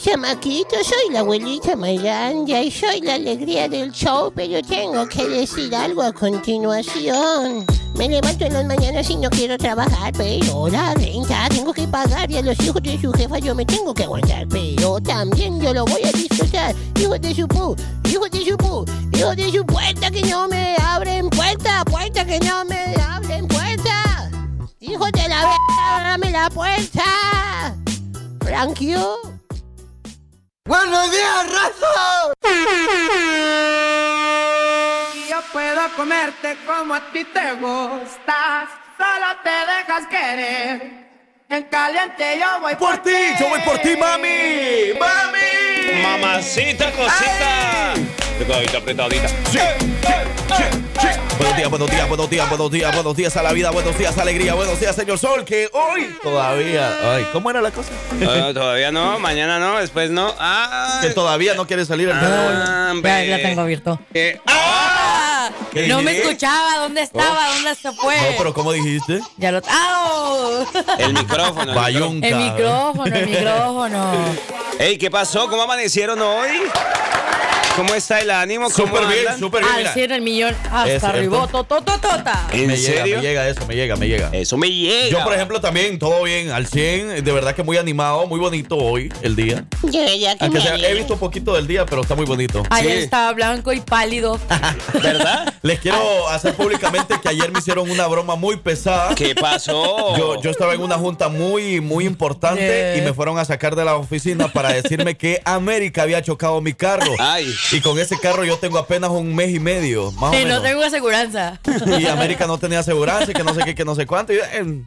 chamaquito, soy la abuelita Miranda y soy la alegría del show, pero tengo que decir algo a continuación. Me levanto en las mañanas y no quiero trabajar, pero la renta tengo que pagar y a los hijos de su jefa yo me tengo que aguantar, pero también yo lo voy a disfrutar. Hijos de su pu, hijos de su pu, hijos de su puerta que no me abren puerta, puerta que no me abren puerta. Hijos de la verga, dame la puerta. Frankio. ¡Buenos días, raza! Yo puedo comerte como a ti te gustas, solo te dejas querer. En caliente yo voy Por ti, yo voy por ti, mami. ¡Mami! Mamacita, cosita. Apretadita, apretadita. Sí, sí, sí, sí. Buenos días, buenos días, buenos días, buenos días, buenos días a la vida, buenos días, alegría, buenos días, señor Sol, que hoy todavía. Ay, ¿cómo era la cosa? Ah, todavía no, mañana no, después no. Ah, Que todavía no quiere salir el día de hoy. hombre. Ya la tengo abierto. Eh, ah, ¿Qué No me dije? escuchaba, ¿dónde estaba? ¿Dónde se fue? No, pero ¿cómo dijiste? Ya lo. el ¡Au! micrófono. el micrófono. Bayunca. El micrófono, el micrófono. Ey, ¿qué pasó? ¿Cómo amanecieron hoy? ¿Cómo está el ánimo? ¿Cómo Súper bien, andan? súper bien. Al mira. 100 el millón Es hasta cierto. arriba. Totototota. ¿En me serio? llega, me llega eso, me llega, me llega. Eso me llega. Yo, por ejemplo, también, todo bien, al 100, de verdad que muy animado, muy bonito hoy, el día. Ya, ya que Aunque me sea, he alegro. visto poquito del día, pero está muy bonito. Ayer Sí. estaba blanco y pálido. Ah, ¿Verdad? Les quiero hacer públicamente que ayer me hicieron una broma muy pesada. Ah. ¿Qué pasó? Yo, yo estaba en una junta muy, muy importante Yeah. y me fueron a sacar de la oficina para decirme que América había chocado mi carro. Ay. Y con ese carro yo tengo apenas un mes y medio, más Sí, o no menos. tengo aseguranza. Y América no tenía aseguranza, y que no sé qué, que no sé cuánto. Y yo, eh,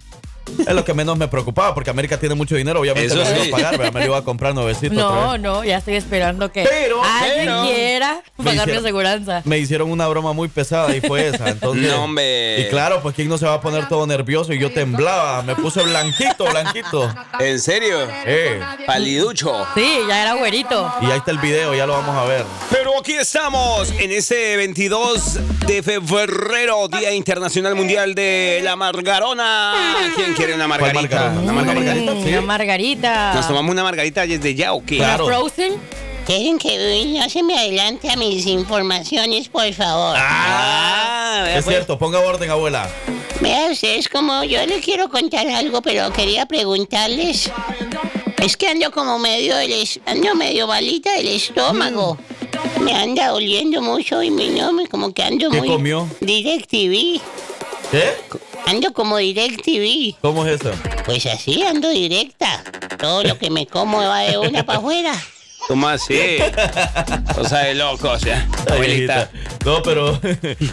es lo que menos me preocupaba, porque América tiene mucho dinero, obviamente Eso lo iba sí. a pagar, ¿verdad? me lo iba a comprar nuevecito. otra No, vez. no, ya estoy esperando que Pero, alguien pero- quiera Me pagar mi hicieron- aseguranza. Me hicieron una broma muy pesada y fue esa. Entonces, No, hombre. Y claro, pues quién no se va a poner todo nervioso y yo temblaba, me puse blanquito, blanquito. ¿En serio? Eh, Paliducho. Sí, ya era güerito. y ahí está el video, ya lo vamos a ver. Pero aquí estamos en este 22 de febrero, Día Internacional Mundial de la Margarona. ¿Quién quiere una ¿Cuál margarita? margarona? Una margarita. Mm, sí. Una margarita. ¿Nos tomamos una margarita desde ya o qué? Una Claro. frozen. Quieren que no se me adelante a mis informaciones, por favor. Ah, vea, Es pues. cierto, ponga orden, abuela. Vea ustedes como yo le quiero contar algo, pero quería preguntarles. Es que ando como medio del es- ando medio malita del estómago. Me anda doliendo mucho y me, no, me- como que ando Mm. ¿Qué muy comió? DirecTV. ¿Qué? Ando como DirecTV. ¿Cómo es eso? Pues así ando directa. Todo lo que me como va de una para afuera. ¿Cómo así? Cosa de loco, o sea. Abuelita. No, pero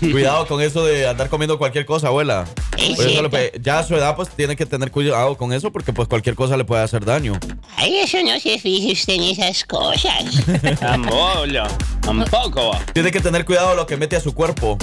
cuidado con eso de andar comiendo cualquier cosa, abuela. Es Por eso le cierto. pe- ya a su edad pues tiene que tener cuidado con eso porque pues cualquier cosa le puede hacer daño. Ay, eso no se fije usted en esas cosas. Tampoco. Tampoco. Tiene que tener cuidado lo que mete a su cuerpo.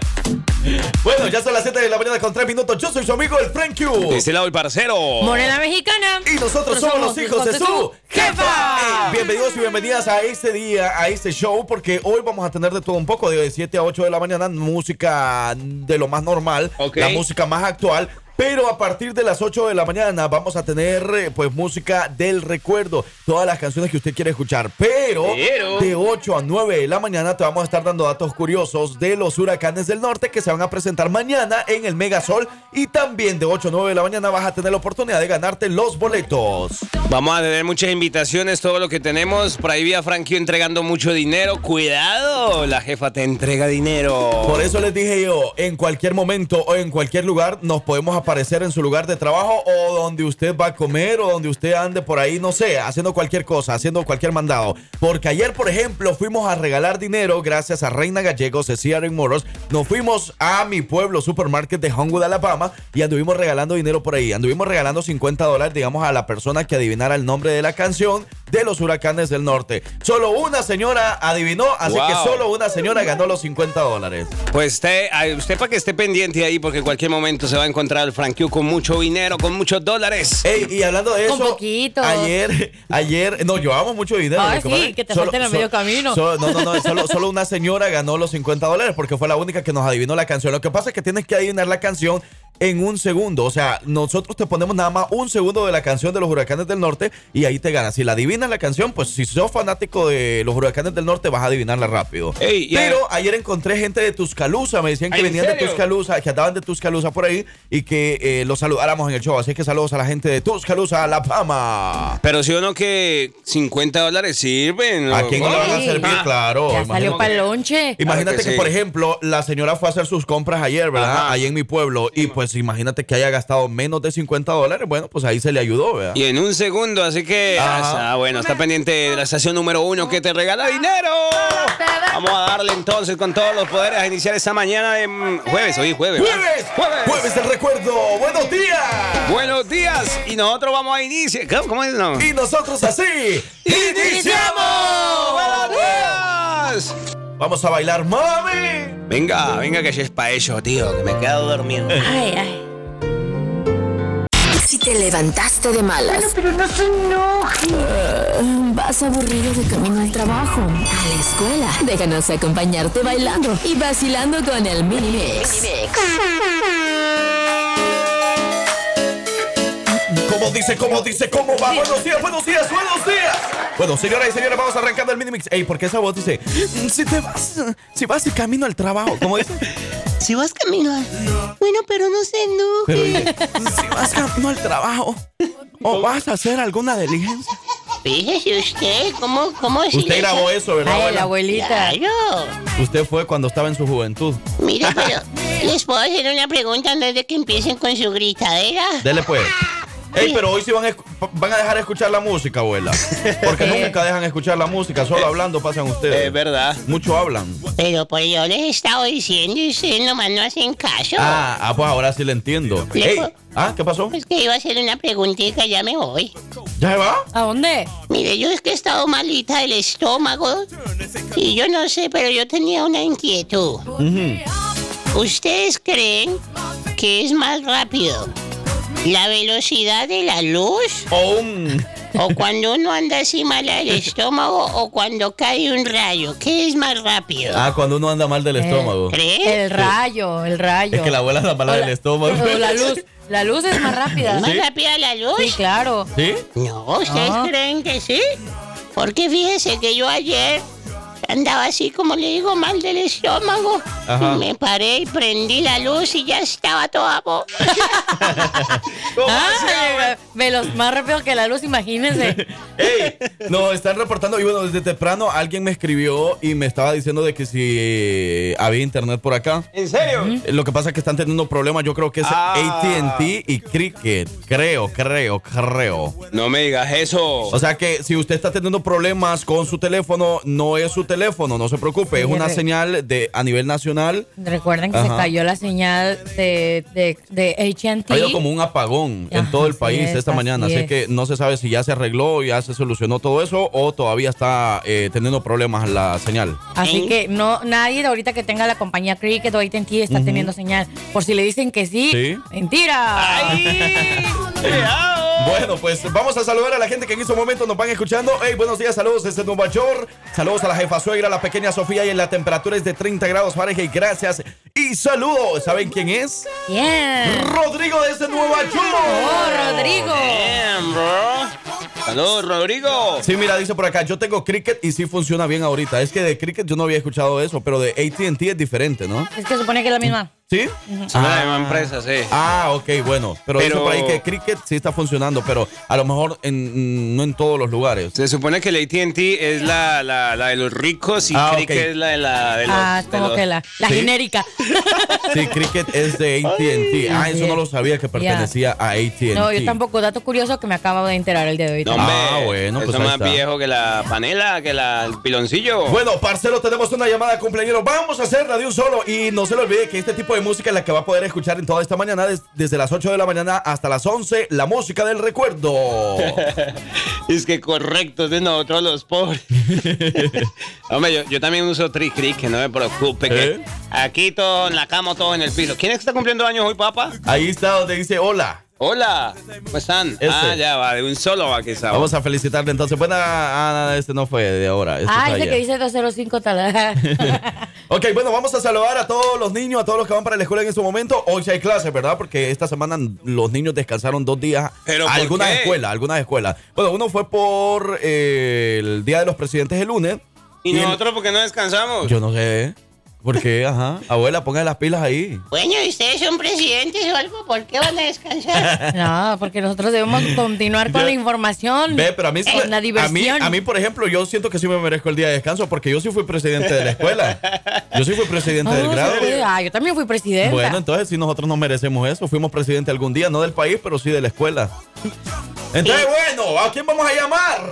bueno, ya son las 7 de la mañana con 3 minutos. Yo soy su amigo el Frank Q. Dice este lado el parcero. Morena mexicana. Oh. Y nosotros somos los hijos de su jefa. jefa. Bienvenidos y bienvenidas a este día, a este show, porque hoy vamos a tener de todo un poco, de 7 a 8 de la mañana, música de lo más normal, Ok. la música más actual. Pero a partir de las 8 de la mañana vamos a tener eh, pues música del recuerdo, todas las canciones que usted quiere escuchar. Pero, Pero- de 8 a 9 de la mañana te vamos a estar dando datos curiosos de los huracanes del norte que se van a presentar mañana en el Megasol y también de 8 a 9 de la mañana vas a tener la oportunidad de ganarte los boletos. Vamos a tener muchas invitaciones, todo lo que tenemos. Por ahí vi a Frankie entregando mucho dinero. Cuidado, la jefa te entrega dinero. Por eso les dije yo, en cualquier momento o en cualquier lugar nos podemos aparecer en su lugar de trabajo o donde usted va a comer o donde usted ande por ahí, no sé, haciendo cualquier cosa, haciendo cualquier mandado. Porque ayer, por ejemplo, fuimos a regalar dinero gracias a Reina Gallegos, Cecilia en Moros. Nos fuimos a mi pueblo, supermarket de Homewood, Alabama, y anduvimos regalando dinero por ahí. Anduvimos regalando 50 dólares, digamos, a la persona que adivinara el nombre de la canción de los huracanes del norte. Solo una señora adivinó, así Wow. que solo una señora ganó los 50 dólares. Pues usted, ay, usted para que esté pendiente ahí, porque en cualquier momento se va a encontrar el Frankie con mucho dinero, con muchos dólares. Ey, y hablando de eso, Con poquito. ayer, ayer, no, llevábamos mucho dinero. Ah, mi comadre. sí, que te falten a medio camino. solo- no, no, no, solo, solo una señora ganó los 50 dólares porque fue la única que nos adivinó la canción. Lo que pasa es que tienes que adivinar la canción en un segundo. O sea, nosotros te ponemos nada más un segundo de la canción de los Huracanes del Norte y ahí te ganas. Si la adivinas la canción, pues si sos fanático de los Huracanes del Norte, vas a adivinarla rápido. Ey, y a- Pero ayer encontré gente de Tuscaloosa, me decían que ¿En venían de serio? Tuscaloosa. Tuscaloosa, que andaban de Tuscaloosa por ahí y que eh, los saludáramos en el show. Así que saludos a la gente de Tuscaloosa, La Pama. Pero si uno que 50 dólares sirven. ¿A quién no le van a Ey. servir? Ah. claro. ya imagínate. salió para el lonche. Imagínate Claro que, que sí. por ejemplo, la señora fue a hacer sus compras ayer, ¿verdad? Ajá. Ahí en mi pueblo. Y pues imagínate que haya gastado menos de 50 dólares. Bueno, pues ahí se le ayudó, ¿verdad? Y en un segundo, así que. Ajá. Ah, bueno, está pendiente de la estación número uno que te regala dinero. Vamos a darle entonces con todos los poderes a iniciar esta mañana de mm, jueves, hoy es jueves. ¿verdad? ¡Jueves! ¡Jueves! ¡Jueves del recuerdo! ¡Buenos días! Buenos días, y nosotros vamos a iniciar. ¿Cómo, cómo es? No. Y nosotros así, ¡iniciamos! ¡Buenos días! Vamos a bailar, mami. Venga, venga, que ya es para ello, tío, que me quedo dormido. Ay, ay. Si te levantaste de malas. Bueno, pero no se enoje. Vas aburrido de camino al trabajo, a la escuela. Déjanos acompañarte bailando y vacilando con el mini mix. ¿Cómo dice, cómo dice, cómo va? Buenos días, buenos días, buenos días. Bueno, señoras y señores, vamos arrancando el minimix. Ey, ¿por qué esa voz dice? "Mm, Si te vas, eh, si vas de camino al trabajo, ¿cómo dice? Si vas camino al... Bueno, pero no se enoje. Pero dice, "Mm, si vas camino al trabajo o vas a hacer alguna diligencia. Fíjese usted, ¿cómo, cómo si Usted le- grabó eso, ¿verdad? Ay, la abuela? abuelita. Claro. Usted fue cuando estaba en su juventud. Mire, pero les puedo hacer una pregunta antes de que empiecen con su gritadera. Dele pues. Ey, pero hoy sí van a, escu- van a dejar escuchar la música, abuela. Porque nunca dejan escuchar la música, solo hablando pasan ustedes. Es verdad. Mucho hablan. Pero por yo les he estado diciendo y ustedes nomás no hacen caso. Ah, ah, pues ahora sí le entiendo. Le- Ey, ah, ¿qué pasó? Pues que iba a hacer una preguntita, ya me voy. ¿Ya se va? ¿A dónde? Mire, yo es que he estado malita del estómago. Y yo no sé, pero yo tenía una inquietud. ¿Ustedes creen que es más rápido la velocidad de la luz? O un... ¿O cuando uno anda así mala del estómago? ¿O cuando cae un rayo? ¿Qué es más rápido? Ah, Eh, cuando uno anda mal del estómago. ¿Creen? Eh, El rayo, el rayo. Es que la abuela anda O mala la- del estómago. o la luz. La luz es más rápida. ¿Es más Sí, rápida la luz? claro. ¿Sí? No, ¿ustedes Ah. creen que sí? Porque fíjese que yo ayer andaba así, como le digo, mal del estómago. Ajá. Y me paré y prendí la luz y ya estaba toda... bo- Ah, veloz, más rápido que la luz, imagínense. Ey, nos están reportando. Y bueno, desde temprano alguien me escribió y me estaba diciendo de que si había internet por acá. ¿En serio? Eh, Lo que pasa es que están teniendo problemas. Yo creo que es Ah. ATT y Cricket. Creo, creo, creo. No me digas eso. O sea que si usted está teniendo problemas con su teléfono, no es su teléfono, no se preocupe. Es una Fíjate. señal de a nivel nacional. Recuerden que se Ajá. cayó la señal de, de, de ATT. Ha habido como un apagón en Ajá, todo el así país es, esta así mañana, así es. que no se sabe si ya se arregló, ya se solucionó todo eso o todavía está eh, teniendo problemas la señal. Así que no nadie de ahorita que tenga la compañía Cricket o AT&T está teniendo señal. Por si le dicen que sí, Sí. mentira. Bueno, pues vamos a saludar a la gente que en estos momentos nos van escuchando. Hey, buenos días, saludos este desde Nueva York. Saludos a la jefa suegra, la pequeña Sofía, y en la temperatura es de 30 grados Fahrenheit. Gracias y saludos. ¿Saben quién es? Bien. Rodrigo desde Nueva Oh, York. Rodrigo. Damn, bro. Saludos, Rodrigo. Sí, mira, dice por acá, yo tengo cricket y sí funciona bien ahorita. Es que de cricket yo no había escuchado eso, pero de ATT es diferente, ¿no? Es que supone que es la misma. ¿Sí? Son de la misma empresa, sí. Ah, ok, bueno. Pero, Ah. Pero- dice por ahí que cricket sí está funcionando, pero a lo mejor en- mm, no en todos los lugares. Se supone que la ATT es la, la, la de los ricos y Ah, Cricket ok. es la de la de los. ah, de como los- que la, la ¿Sí? genérica. Sí, cricket es de ATT. Ah, Así eso no es. lo sabía que pertenecía a ATT. no, yo tampoco. Dato curioso que me acabo de enterar el día de hoy. No, también. hombre, Ah, bueno, eso pues ahí más está. viejo que la panela, que la, el piloncillo. Bueno, parcero, tenemos una llamada cumpleañero. Vamos a hacerla de un solo. Y no se le olvide que este tipo de de música es la que va a poder escuchar en toda esta mañana, des- desde las 8 de la mañana hasta las 11, la música del recuerdo. Es que correcto, es de nosotros los pobres. Hombre, yo, yo también uso Tricris, que no me preocupe. que ¿Eh? Aquí todo en la cama, todo en el piso. ¿Quién es que está cumpliendo años hoy, papá? Ahí está donde dice hola. Hola, ¿cómo están? Ese. Ah, ya va, de un solo va que sabe. Vamos a felicitarle entonces. Bueno, ah, este no fue de ahora. este Ah, fue ese ayer. que dice 205 tal. Ok, bueno, vamos a saludar a todos los niños, a todos los que van para la escuela en este momento. Hoy sí hay clases, ¿verdad? Porque esta semana los niños descansaron dos días. ¿Pero por algunas qué? escuelas, algunas escuelas. Bueno, uno fue por eh, el Día de los Presidentes el lunes. ¿Y el- nosotros por qué no descansamos? Yo no sé. ¿Por qué? Ajá. Abuela, ponga las pilas ahí. Bueno, ¿y ustedes son presidentes o algo? ¿Por qué van a descansar? No, porque nosotros debemos continuar con Ve- la información. Ve, pero a mí, sí Con me- la a mí, diversión. a mí, por ejemplo, yo siento que sí me merezco el día de descanso porque yo sí fui presidente de la escuela. Yo sí fui presidente del Oh, grado. sí, ah, yo también fui presidenta. Bueno, entonces sí nosotros nos merecemos eso. Fuimos presidente algún día, no del país, pero sí de la escuela. Entonces, bueno, ¿a quién vamos a llamar?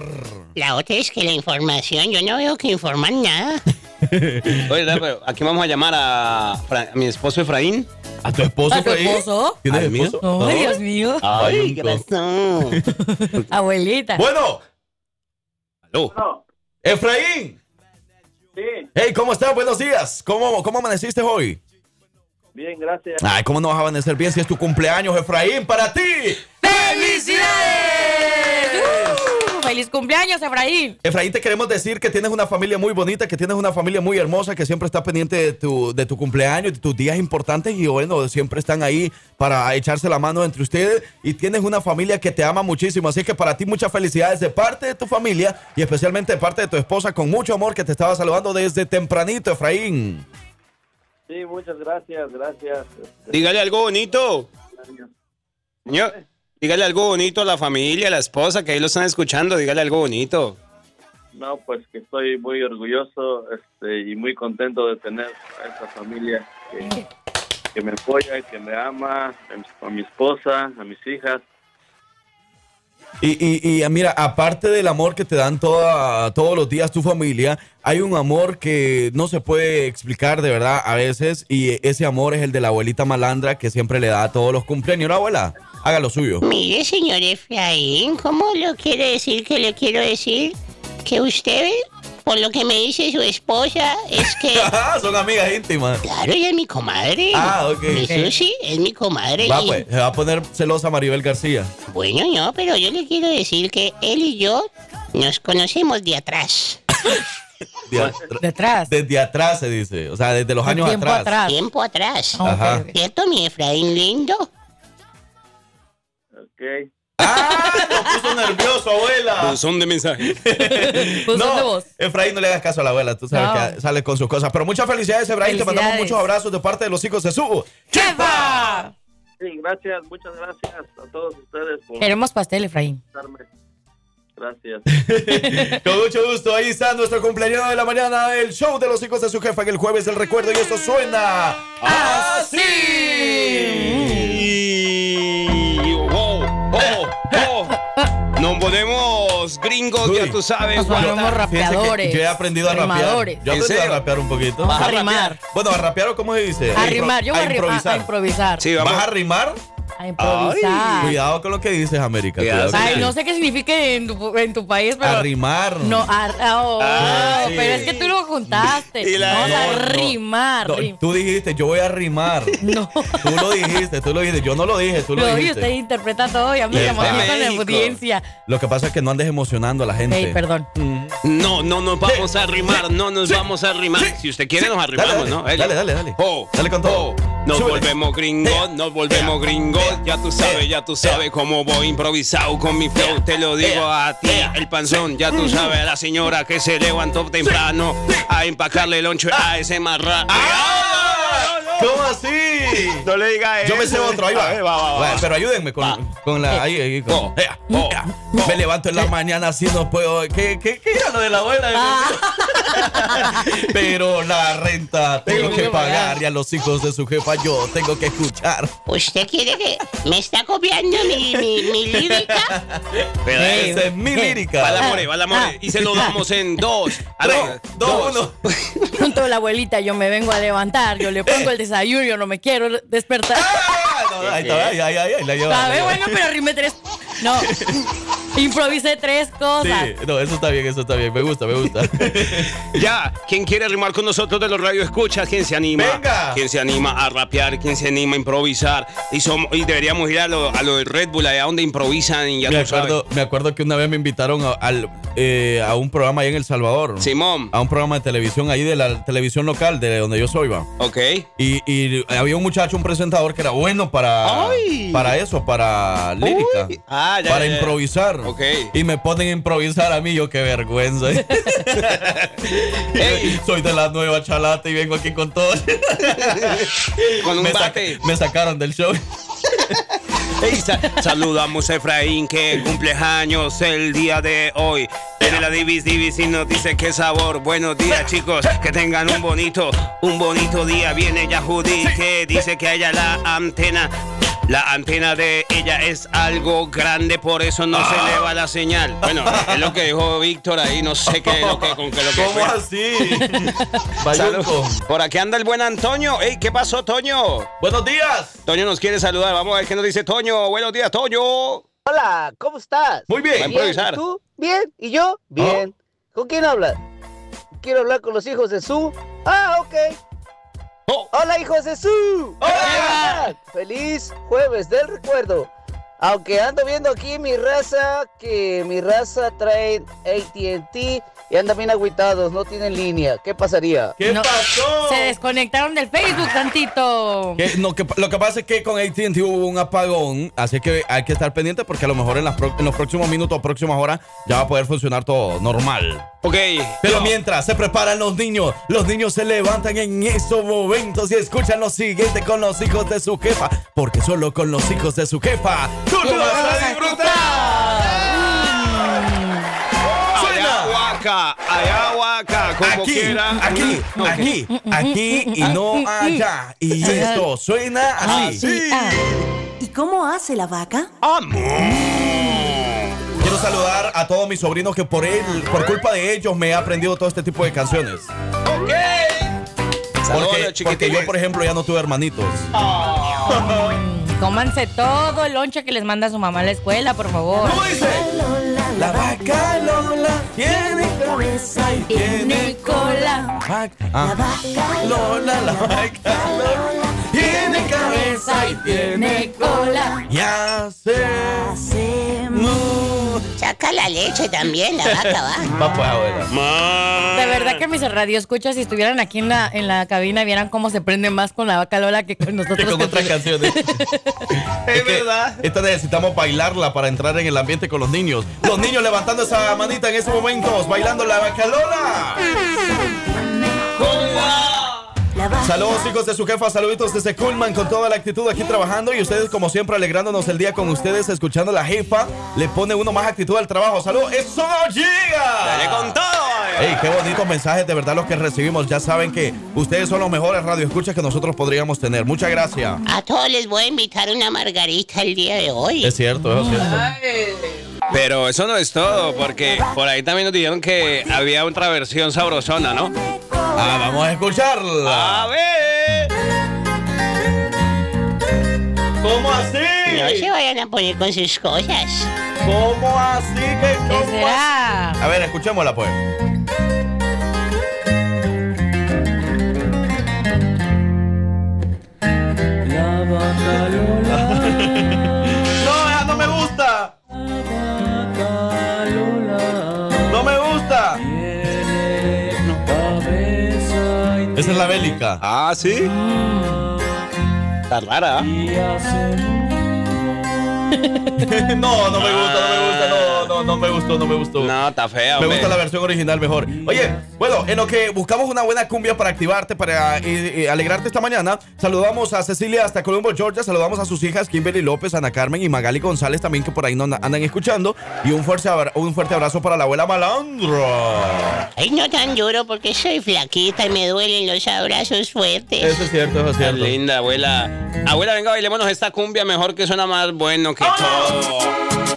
La otra es que la información, yo no veo que informan nada. Oye, da, pero aquí vamos a llamar a, Fra- a mi esposo Efraín. ¿A tu esposo? ¿A tu Efraín? esposo? ¿Tienes ¿Al mío? esposo? No, ¿No? Dios mío. Ay, ¿Qué no. pasó? Abuelita. Bueno, Aló. Efraín. Sí, Hey, ¿cómo estás? Buenos días. ¿Cómo, ¿Cómo amaneciste hoy? bien, gracias. Ay, ¿cómo no vas a amanecer bien si es tu cumpleaños, Efraín? Para ti. Uh, ¡Feliz cumpleaños, Efraín! Efraín, te queremos decir que tienes una familia muy bonita, que tienes una familia muy hermosa, que siempre está pendiente de tu, de tu cumpleaños, de tus días importantes y bueno, siempre están ahí para echarse la mano entre ustedes y tienes una familia que te ama muchísimo. Así que para ti muchas felicidades de parte de tu familia y especialmente de parte de tu esposa con mucho amor que te estaba saludando desde tempranito, Efraín. Sí, muchas gracias, gracias. Dígale algo bonito. Señor, dígale algo bonito a la familia, a la esposa, que ahí lo están escuchando. Dígale algo bonito. No, pues que estoy muy orgulloso este, y muy contento de tener a esta familia que, que me apoya, que me ama, a mi- a mi esposa, a mis hijas. Y, y- y, mira, aparte del amor que te dan toda, todos los días tu familia, hay un amor que no se puede explicar de verdad a veces. Y ese amor es el de la abuelita malandra que siempre le da a todos los cumpleaños. ¿No, abuela? Haga lo suyo. Mire, señor Efraín, ¿cómo lo quiere decir que le quiero decir? Que usted, por lo que me dice su esposa, es que... Ah, Son amigas íntimas. Claro, ella es mi comadre. Ah, ok. Eso sí, es mi comadre. Va, y- pues, se va a poner celosa Maribel García. Bueno, no, pero yo le quiero decir que él y yo nos conocemos de atrás. De atr- Detrás. desde atrás se dice. O sea, desde los años tiempo atrás. atrás. Tiempo atrás. Ok, Ajá. ok. ¿Cierto, mi Efraín lindo? Ok. ¡Ah! Lo puso nervioso, abuela. Son de mensaje. Buzón Pues de voz. Efraín, no le hagas caso a la abuela, tú sabes No. que sale con sus cosas. Pero muchas felicidades, Efraín, te mandamos Felicidades. muchos abrazos de parte de los hijos de su. ¡Chefa! Sí, gracias, muchas gracias a todos ustedes por Queremos pastel, Efraín. estarme. Gracias. Con mucho gusto, ahí está nuestro cumpleaños de la mañana, el show de los hijos de su jefa, que el jueves el recuerdo y esto suena así. Y- wow, oh, oh. No ponemos gringos, ya tú sabes. Nos guarda. ponemos Fíjense que rapeadores. Yo he aprendido a rapear. rimadores. Yo he ¿En aprendido a serio? rapear un poquito. Vas a rapear. rimar. Bueno, a rapear, ¿o ¿cómo se dice? A Impro- rimar. Yo voy a rimar. A improvisar. Sí, vamos. ¿Vas a rimar? A improvisar. Cuidado con lo que dices, América. Cuidado. cuidado. Ay, no sé qué significa en tu, en tu país, pero. A rimar. No, a- oh, Ah, sí. pero es que tú lo juntaste. Y la- Vamos No, a no. rimar. No, rim- tú dijiste, yo voy a rimar. No. Tú lo dijiste, tú lo dijiste. Yo no lo dije, tú lo, Lo oí, dijiste. usted interpreta todo y a mí me Epa. llamó aquí con la México. audiencia. Lo que pasa es que no andes emocionando a la gente. Ey, perdón. Mm. No, no nos vamos a arrimar, no nos vamos a arrimar. Si usted quiere, nos Dale, arrimamos, dale, ¿no? dale, dale, dale. Oh, Dale con todo. oh, nos Súbele. volvemos gringos, nos volvemos gringos. Ya tú sabes, ya tú sabes cómo voy improvisado con mi flow. Te lo digo a ti, el panzón. Ya tú sabes, la señora que se levantó temprano a empacarle el loncho a ese marrano. ¿Cómo así? No le diga Yo me sé otro, ahí va. A ver, Eh, va, va, va. Va, Pero ayúdenme con, Va. con Eh, la. Ahí, ahí, con- Oh, Ea, Mm. oh, ea. Me levanto en la mañana así no puedo. ¿Qué, qué, qué era lo de la abuela? Ah. Pero la renta tengo que pagar y a los hijos de su jefa yo tengo que escuchar. ¿Usted quiere que me está copiando mi, mi, mi lírica? Pero es- Esa es mi Va la lírica. more, va la more. Y se lo damos en dos. A Tres, ver, Ah, dos, uno. Junto a la abuelita, yo me vengo a levantar, yo le pongo el desayuno, yo no me quiero despertar. Eh. Ah, no, ahí está, ahí, ahí, ahí, ahí la lleva. ¿Sabes? Bueno, pero rime tres. No. Improvisé tres cosas. Sí, no, eso está bien, eso está bien. Me gusta, me gusta. Ya, ¿quién quiere rimar con nosotros de los radio escuchas? ¿Quién se anima? Venga. ¿Quién se anima a rapear? ¿Quién se anima a improvisar? Y, somos, y deberíamos ir a lo, a lo del Red Bull, allá donde improvisan y ya me, tú sabes. acuerdo, me acuerdo que una vez me invitaron a, al, eh, a un programa ahí en El Salvador. Simón, A un programa de televisión ahí de la televisión local, de donde yo soy, va. ok. Y, y había un muchacho, un presentador que era bueno para, Ay. para eso, para lírica. Uy. Ah, ya, para ya, ya. improvisar. Ok. Y me ponen a improvisar a mí, yo qué vergüenza. Ey. Soy de la nueva chalata y vengo aquí con todo. Con un me, saca- bate. me sacaron del show. Ey, sa- saludamos a Efraín que cumple años el día de hoy. Tiene la divis divis y nos dice qué sabor. Buenos días chicos, que tengan un bonito, un bonito día. Viene ella Judy que dice que a ella la antena, la antena de ella es algo grande, por eso no se Ah. le va la señal. Bueno, es lo que dijo Víctor ahí, no sé qué, lo que, con qué lo que ¿Cómo fue. así? Salud. Bayunco. Por aquí anda el buen Antonio. Ey, ¿qué pasó, Toño? Buenos días. Toño nos quiere saludar. Vamos a ver qué nos dice Toño. Buenos días, Toño. Hola, ¿cómo estás? Muy Va a bien. improvisar. ¿Y tú? ¿Bien? ¿Y yo? Bien. ¿Con quién hablas? Quiero hablar con los hijos de Su. Ah, ok. Oh. Hola, hijos de Su. Hola. Feliz jueves del recuerdo. Aunque ando viendo aquí mi raza, que mi raza trae ATT y andan bien agüitados, no tienen línea. ¿Qué pasaría? ¿Qué No. pasó? Se desconectaron del Facebook tantito. Que- no, que- lo que pasa es que con AT&T hubo un apagón, así que hay que estar pendiente porque a lo mejor en, las pro- en los próximos minutos o próximas horas ya va a poder funcionar todo normal. Ok. Pero yo. mientras se preparan los niños, los niños se levantan en esos momentos y escuchan lo siguiente con los hijos de su jefa, porque solo con los hijos de su jefa tú lo vas a disfrutar. Suena Ayahuaca, ayahuaca, como aquí, quiera. aquí, Ok. aquí, aquí y no allá. Y esto suena Ah, así. ¿Y cómo hace la vaca? Mm. Quiero saludar a todos mis sobrinos que por él, por culpa de ellos me he aprendido todo este tipo de canciones. Ok. Saludos, Porque, porque chiquitines. yo, por ejemplo, ya no tuve hermanitos. Cómanse todo el lonche que les manda su mamá a la escuela, por favor. ¿Cómo dice? La vaca Lola tiene cabeza y tiene cola. vaca. La vaca Lola, la vaca Lola tiene cabeza y tiene cola. Ya Mm. se mu. Saca la leche también, la vaca va. Va pues abuela. De verdad que mis radioescuchas, si estuvieran aquí en la, en la cabina, vieran cómo se prende más con la vaca Lola que con Que nosotros. con otras canciones. Es que verdad. Esta necesitamos bailarla para entrar en el ambiente con los niños. Los niños levantando esa manita en esos momentos, bailando la vaca Lola. Saludos hijos de su jefa, saluditos desde Coolman con toda la actitud aquí trabajando y ustedes como siempre alegrándonos el día con ustedes, escuchando a la jefa, le pone uno más actitud al trabajo. Saludos, eso no llega. Dale con todo. eh. Ey, qué bonitos mensajes de verdad los que recibimos. Ya saben que ustedes son los mejores radioescuchas que nosotros podríamos tener. Muchas gracias. A todos les voy a invitar una margarita el día de hoy. Es cierto, eso es cierto. Pero eso no es todo, porque por ahí también nos dijeron que había otra versión sabrosona, ¿no? Ah, vamos a escucharla. A ver. ¿Cómo así? No se vayan a poner con sus cosas. ¿Cómo así que ¿Qué será? A ver, escuchémosla pues. No, esa no me gusta. No me gusta. Esa es la bélica. Ah, sí. Está rara. ¿eh? No, no me gusta, no me gusta, no, no, no me gustó, no me gustó. No, está fea. Me hombre. gusta la versión original mejor. Oye, bueno, en lo que buscamos una buena cumbia para activarte, para eh, eh, alegrarte esta mañana, saludamos a Cecilia hasta Colombo, Georgia, saludamos a sus hijas Kimberly López, Ana Carmen y Magali González también que por ahí nos andan escuchando. Y un fuerte, abra- un fuerte abrazo para la abuela Malandra. Ay, no tan duro porque soy flaquita y me duelen los abrazos fuertes. Eso es cierto, eso es Qué cierto. linda, abuela. Abuela, venga, bailémonos esta cumbia mejor que suena más bueno que todo.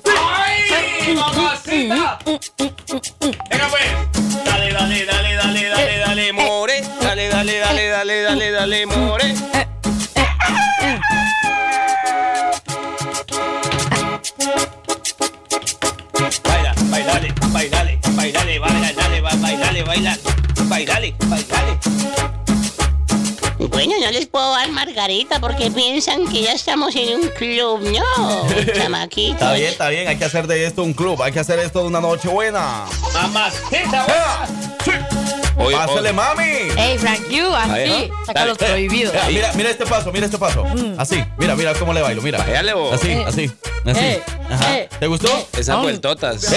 ¡Ay, mamacita! Venga, pues. Dale, dale, dale, dale, dale, dale, more. Dale, dale, dale, dale, dale, dale, more. Eh, bailale, bailale, bailale, bailale, ba- bailale, bailale, bailale, bailale. Bueno, no les puedo dar margarita porque piensan que ya estamos en un club. No, chamaquito. Está bien, está bien, hay que hacer de esto un club, hay que hacer esto de una noche buena. Mamacita, Oye, Pásale, mami. Hey, Frank, you, Ahí, así. ¿no? Saca los Dale. prohibidos. Mira, mira, mira este paso, mira este paso. Así, mira, mira cómo le bailo, mira. Así, Eh. así, así. Eh. Ajá. Eh. ¿Te gustó? Esas vueltotas.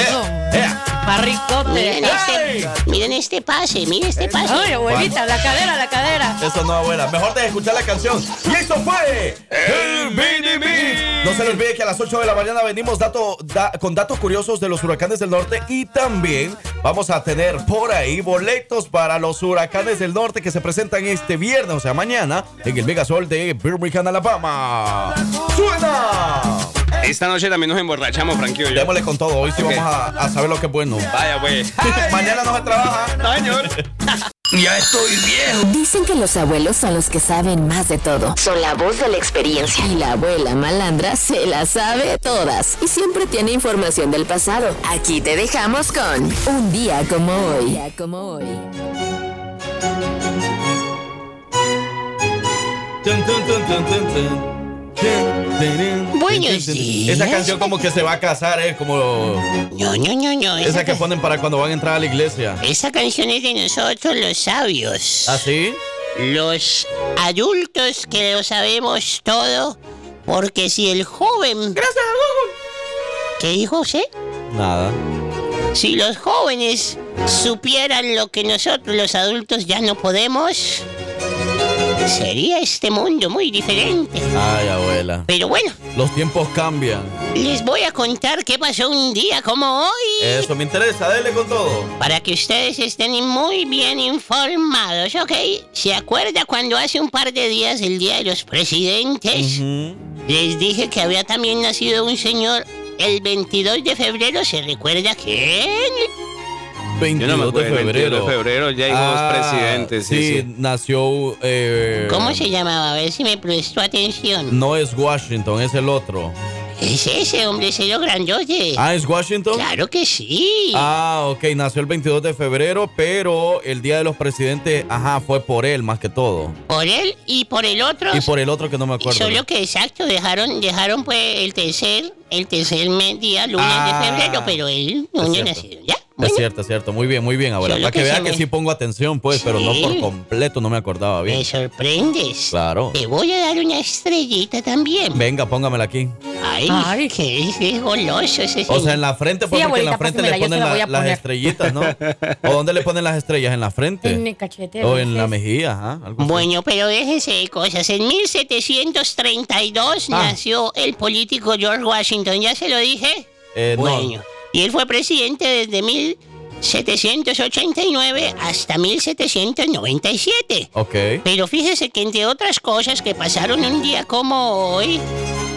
Barricote. Miren este, miren este pase, miren este pase. ¿Eh? Ay, abuelita, la cadera, la cadera. Eso no, abuela. Mejor de escuchar la canción. Y eso fue el Mini Mix. No se le olvide que a las 8 de la mañana venimos dato- da- con datos curiosos de los huracanes del norte y también vamos a tener por ahí boletos para los huracanes del norte que se presentan este viernes, o sea, mañana, en el Megasol de Birmingham, Alabama. ¡Suena! Esta noche también nos emborrachamos, Franquillo. Démosle con todo. Hoy sí Ok. vamos a, a saber lo que es bueno. Vaya, güey. Mañana no se trabaja. Señor. Ya estoy viejo. Dicen que los abuelos son los que saben más de todo. Son la voz de la experiencia. Y la abuela malandra se las sabe todas. Y siempre tiene información del pasado. Aquí te dejamos con Un día como hoy. como hoy. Buenos días. Esa canción como que se va a casar, ¿eh? Como No, no, no, no. Esa, esa que ponen para cuando van a entrar a la iglesia. ¿Ah, esa canción es de nosotros los sabios. ¿Así? Los adultos que lo sabemos todo. Porque si el joven... Gracias ¿Qué dijo usted? Nada. Si los jóvenes supieran lo que nosotros los adultos ya no podemos, sería este mundo muy diferente. Ay, abuela. Pero bueno, Los tiempos cambian. les voy a contar qué pasó un día como hoy Eso me interesa, dele con todo. para que ustedes estén muy bien informados, ¿ok? ¿Se acuerda cuando hace un par de días, el Día de los Presidentes, les dije que había también nacido un señor el 22 de febrero? ¿Se recuerda quién? Yo 22 no me acuerdo. de febrero. Ah, 22 de febrero ya hay dos presidentes. Sí, sí. nació... eh, ¿Cómo se llamaba? A ver si me prestó atención. No es Washington, es el otro. Es ese hombre cero grandote. Ah, ¿es Washington? Claro que sí. Ah, ok, nació el 22 de febrero, pero el Día de los Presidentes, ajá, fue por él más que todo. Por él y por el otro. Y por el otro que no me acuerdo. Solo que exacto, dejaron, dejaron pues el tercer, el tercer me- día, lunes Ah. de febrero, pero él no había cierto. nacido. ¿Ya? Es Bueno, cierto, es cierto. Muy bien, muy bien, abuela. Solo Para que, que vea se que me- sí pongo atención, pues, pero no por Sí. completo, no me acordaba bien. me sorprendes. Claro. Te voy a dar una estrellita también. Venga, póngamela aquí. Ay, Ay. qué, qué goloso ese O señor. sea, en la frente, pues, Sí, porque en la abuelita, frente le pásamela, yo se ponen la la- voy a las poner. estrellitas, ¿no? ¿O dónde le ponen las estrellas? ¿En la En el frente? cachete. ¿O en la mejilla? ajá, algo así. Bueno, pero déjese de cosas. En 1732 Ah. nació el político George Washington. ¿Ya se lo dije? Eh, no. Bueno, y él fue presidente desde 1789 hasta 1797. Ok. Pero fíjese que entre otras cosas que pasaron un día como hoy,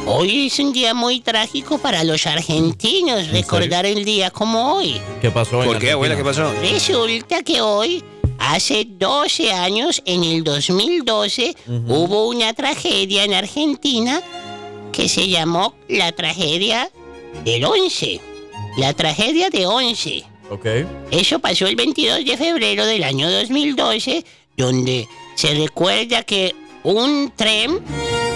hoy es un día muy trágico para los argentinos recordar el día como hoy. ¿Qué pasó? en ¿Por qué, abuela? ¿Qué Argentina? pasó? Resulta que hoy, hace 12 años, en el 2012, hubo una tragedia en Argentina que se llamó la tragedia del 11. La tragedia de 11. Ok. Eso pasó el 22 de febrero del año 2012, donde se recuerda que un tren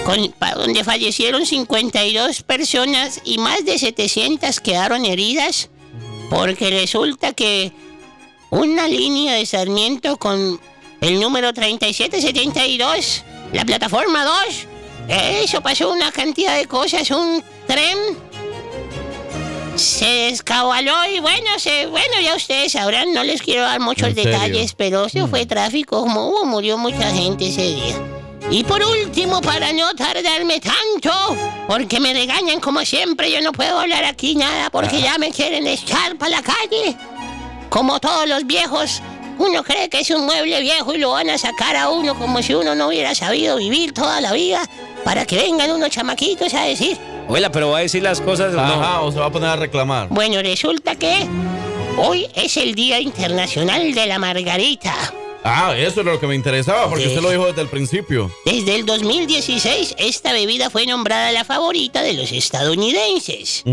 con- pa- donde fallecieron 52 personas y más de 700 quedaron heridas, porque resulta que una línea de Sarmiento con el número 3772, la plataforma 2, eso pasó una cantidad de cosas, un tren se descabaló y bueno, se, bueno, ya ustedes sabrán, no les quiero dar muchos ¿En serio? Mm. detalles, pero eso fue tráfico, como hubo, murió mucha gente ese día. Y por último, para no tardarme tanto, porque me regañan como siempre, yo no puedo hablar aquí nada porque Ah. ya me quieren echar para la calle. Como todos los viejos, uno cree que es un mueble viejo y lo van a sacar a uno como si uno no hubiera sabido vivir toda la vida para que vengan unos chamaquitos a decir, Abuela, pero va a decir las cosas. No. Ajá, o se va a poner a reclamar. bueno, resulta que hoy es el Día Internacional de la Margarita. Ah, eso era lo que me interesaba, porque Sí. usted lo dijo desde el principio. Desde el 2016, esta bebida fue nombrada la favorita de los estadounidenses.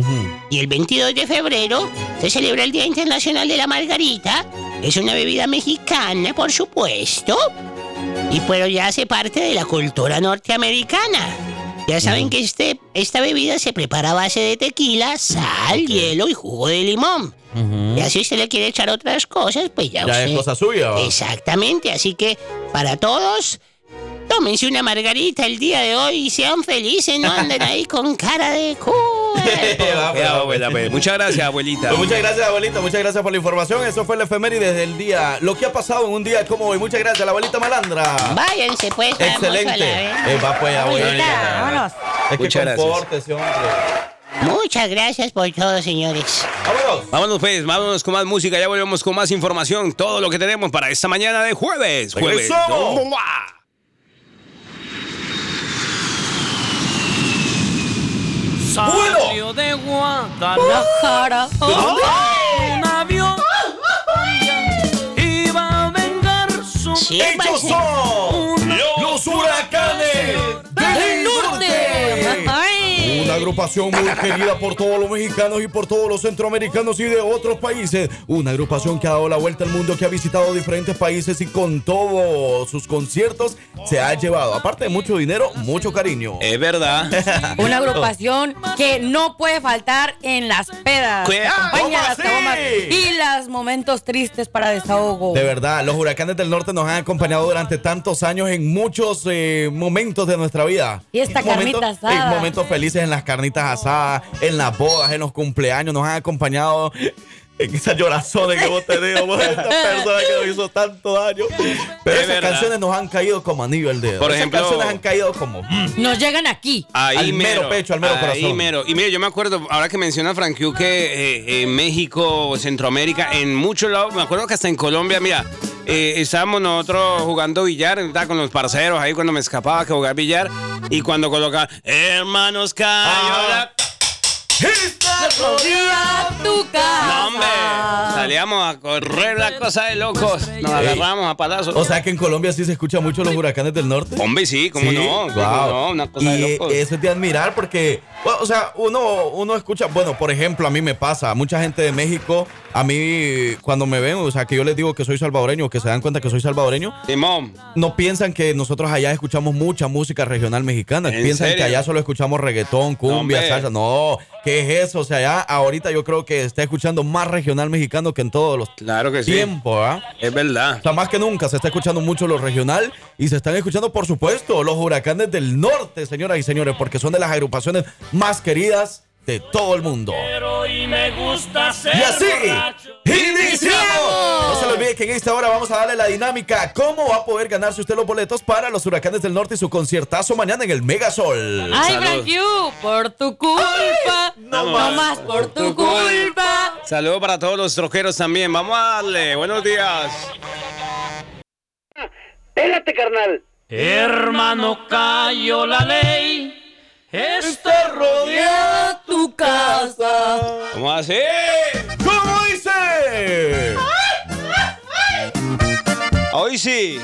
Y el 22 de febrero se celebra el Día Internacional de la Margarita. Es una bebida mexicana, por supuesto. Y pero ya hace parte de la cultura norteamericana. Ya saben que este, esta bebida se prepara a base de tequila, sal, hielo y jugo de limón. Ya si usted le quiere echar otras cosas, pues ya, Ya es usted- cosa suya, ¿va? Exactamente, así que para todos, tómense una margarita el día de hoy y sean felices, no anden ahí con cara de cu. Va, pues, Cuidado, va, abuela, pues. Muchas gracias, abuelita. Pues muchas gracias, abuelita. Muchas gracias por la información. Eso fue el efeméride del día. Lo que ha pasado en un día como hoy. Muchas gracias, la abuelita malandra. Váyanse pues, vamos a la Excelente. vez. Eh, va, pues, abuelita. Vámonos. Muchas Es que gracias. compórtese, hombre. Muchas gracias por todo, señores. Vámonos. Vámonos, pues, vámonos con más música. Ya volvemos con más información. Todo lo que tenemos para esta mañana de jueves. Jueves. ¡Regresamos! ¿no? ¡Mua! Bueno. de Guadalajara ¡Oh! un avión iba a vengar su Sí, Ellos váyanse. son los huracanes ¡Oh, del norte. Ay. Una agrupación muy querida por todos los mexicanos y por todos los centroamericanos y de otros países. Una agrupación que ha dado la vuelta al mundo, que ha visitado diferentes países y con todos sus conciertos se ha llevado, aparte de mucho dinero, mucho cariño. Es verdad. Una agrupación que no puede faltar en las pedas. ¿Qué? Que acompaña ¿Cómo las así? tomas y los momentos tristes para desahogo. De verdad, los huracanes del norte nos han acompañado durante tantos años en muchos eh, momentos de nuestra vida. Y esta Momentos- carnita asada. eh, momentos felices en las carnitas asadas, en las bodas, en los cumpleaños. Nos han acompañado en esas llorazones que hemos tenido por esta persona que nos hizo tanto daño. Pero Es esas verdad. canciones nos han caído como anillo al dedo. Por Esas ejemplo- canciones han caído como... mm. Nos llegan aquí. Ahí Al mero pecho, al mero ahí corazón. mero. Y mire, yo me acuerdo, ahora que menciona Frank Yu, que eh, en México, Centroamérica, en muchos lados, me acuerdo que hasta en Colombia, mira, eh, estábamos nosotros jugando billar, estaba con los parceros ahí cuando me escapaba que jugar billar, y cuando colocaban, hermanos, Ah. cayola. Día tu casa. No, hombre, salíamos a correr la cosa de locos, nos agarramos a palazos. O sea que en Colombia sí se escucha mucho los huracanes del norte. Hombre, sí, cómo Sí, no, cómo guau. no, una cosa Y, de locos. eh, eso es de admirar porque, bueno, o sea, uno, uno escucha, bueno, por ejemplo, a mí me pasa, mucha gente de México, a mí cuando me ven, o sea, que yo les digo que soy salvadoreño, que se dan cuenta que soy salvadoreño, Simón, no piensan que nosotros allá escuchamos mucha música regional mexicana, ¿En piensan serio? que allá solo escuchamos reggaetón, cumbia, hombre. salsa, no, ¿qué es eso? O sea, allá ahorita yo creo que está escuchando más regional mexicano que en todos los claro que sí, tiempos, ¿ah? es verdad. O sea, más que nunca se está escuchando mucho lo regional y se están escuchando, por supuesto, los huracanes del norte, señoras y señores, porque son de las agrupaciones más queridas de todo el mundo. Y así, iniciamos. No se le olvide que en esta hora vamos a darle la dinámica. ¿Cómo va a poder ganarse usted los boletos para los huracanes del norte y su conciertazo mañana en el Megasol? Ay, Salud. Frank Yu, por tu culpa. no, más. más, por tu culpa. Saludos para todos los troqueros también. Vamos a darle. Buenos días. Pégate, carnal. hermano cayó la ley este Rodea tu casa. ¿Cómo así? ¿Cómo dice? Hoy sí.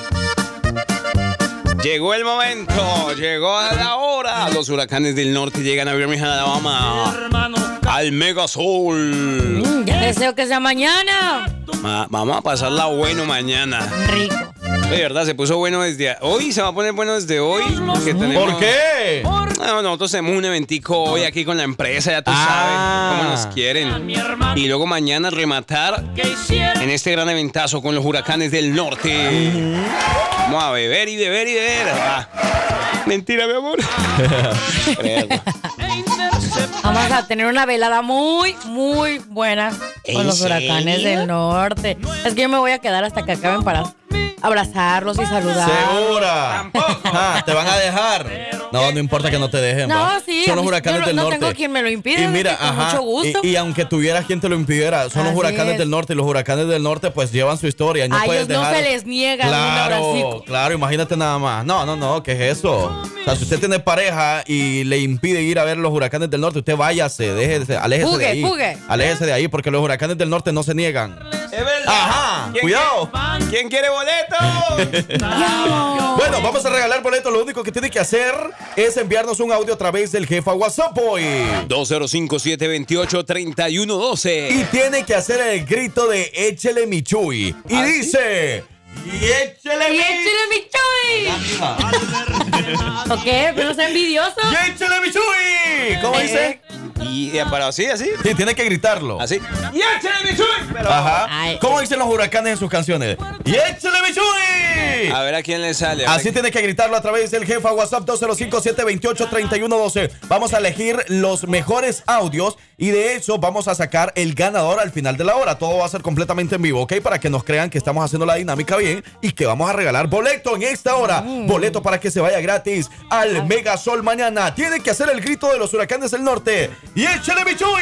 Llegó el momento, llegó la hora. Los huracanes del norte llegan a Birmingham, Alabama. hermano Al Mega Sol. Mm, ya deseo que sea mañana. Ma- vamos a pasarla bueno mañana. Rico. De verdad, se puso bueno desde hoy. Se va a poner bueno desde hoy. porque tenemos- ¿Por qué? No, nosotros tenemos un eventico hoy aquí con la empresa, ya tú Ah. sabes cómo nos quieren. Y luego mañana rematar en este gran eventazo con los huracanes del norte. Vamos a beber y beber y beber. Ah, Mentira, mi amor. Creerlo. Vamos a tener una velada muy, muy buena con ¿En los huracanes serio? del norte. Es que yo me voy a quedar hasta que acaben para abrazarlos y saludar. Segura. Ah, te van a dejar. No, no importa que no te dejen. No, va. sí, Son a los mí- huracanes yo no- del no norte. tengo quien me lo impida, Y así mira, que con ajá, mucho gusto. Y, y aunque tuvieras quien te lo impidiera, son los Así huracanes es. del norte y los huracanes del norte pues llevan su historia. y No A puedes ellos no dejar- se les niega un Claro, abracico. claro, imagínate nada más. No, no, no, ¿qué es eso? O sea, si usted tiene pareja y le impide ir a ver los huracanes del norte, usted váyase, déjese, aléjese de Fugue, ahí. fugue. Aléjese de ahí porque los huracanes del norte no se niegan. Es verdad. Ajá, ¿Quién cuidado. quiere- ¿Quién quiere boleto? Bueno, vamos a regalar boletos. Lo único que tiene que hacer es enviarnos un audio a través del jefa WhatsApp hoy. 205-728-3112. Y tiene que hacer el grito de échele mi chuy. Y dice. Y échele ¡Y échale mi chuy! ¿O qué? ¿Pero no sea envidioso? ¡Y échale mi chuy! ¿Cómo dice? Y eh, pero así, así. Sí, tiene que gritarlo. Así. ¡Y échale mi chuy! Pero- Ajá. ¿Cómo dicen los huracanes en sus canciones? ¡Y échale mi chuy! A ver a quién le sale. a ver Así tiene que gritarlo a través del jefa WhatsApp 205-728-3112. Vamos a elegir los mejores audios y de eso vamos a sacar el ganador al final de la hora. Todo va a ser completamente en vivo, ¿ok? Para que nos crean que estamos haciendo la dinámica bien y que vamos a regalar boleto en esta hora. Mm. Boleto para que se vaya gratis al Mega Sol mañana. Tiene que hacer el grito de los huracanes del norte. ¡Y échele, ¿Quieren, Michuy!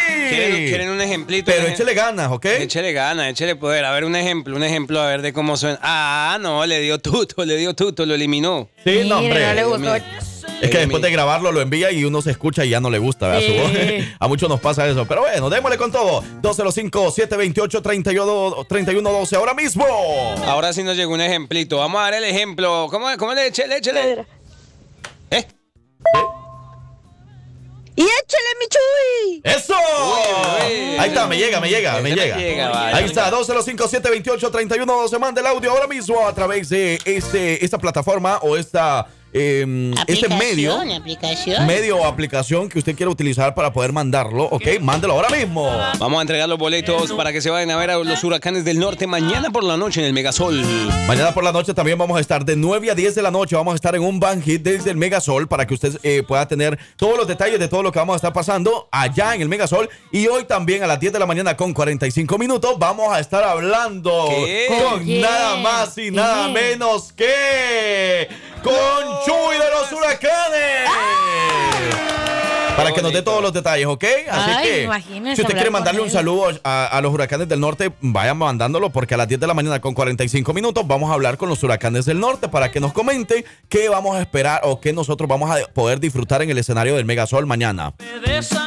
quieren un ejemplito? Pero Un ej- échele ganas, ¿ok? Échele ganas, échele poder. A ver, un ejemplo, un ejemplo, a ver de cómo suena. Ah, no, le dio tuto, le dio tuto, lo eliminó. Sí, no, hombre. Mire, no le gustó. Mira. Es Eh, que después de grabarlo lo envía y uno se escucha y ya no le gusta ¿verdad? su Sí. voz. A muchos nos pasa eso. Pero bueno, démosle con todo. 205-728-3112 ahora mismo. Ahora sí nos llegó un ejemplito. Vamos a dar el ejemplo. ¿Cómo, es? cómo le échele, échele? ¿Eh? ¡Y échale, mi chuy! ¡Eso! uy. Ahí está, me llega, me llega, me Ese me llega. llega, vaya. Ahí está, 205-728-3112. Manda el audio ahora mismo a través de este, esta plataforma o esta, eh, este Aplicación, medio. aplicación. Medio o aplicación que usted quiera utilizar para poder mandarlo, ¿ok? Mándelo ahora mismo. Vamos a entregar los boletos para que se vayan a ver a los huracanes del norte mañana por la noche en el Megasol. Mañana por la noche también vamos a estar de 9 a 10 de la noche. Vamos a estar en un Bang Hit desde el Megasol para que usted eh, pueda tener todos los detalles de todo lo que vamos a estar pasando allá en el Megasol. Y hoy también a las 10 de la mañana con 45 minutos vamos a estar hablando ¿Qué? con ¿Con quién? nada más y nada ¿Quién? menos que con Chuy de los Huracanes. Para que nos dé todos los detalles, ¿ok? Así Ay, que, imagínese si usted quiere hablar con mandarle un él. saludo a, a los huracanes del norte, vayan mandándolo porque a las 10 de la mañana con 45 minutos vamos a hablar con los huracanes del norte para que nos comenten qué vamos a esperar o qué nosotros vamos a poder disfrutar en el escenario del Megasol mañana.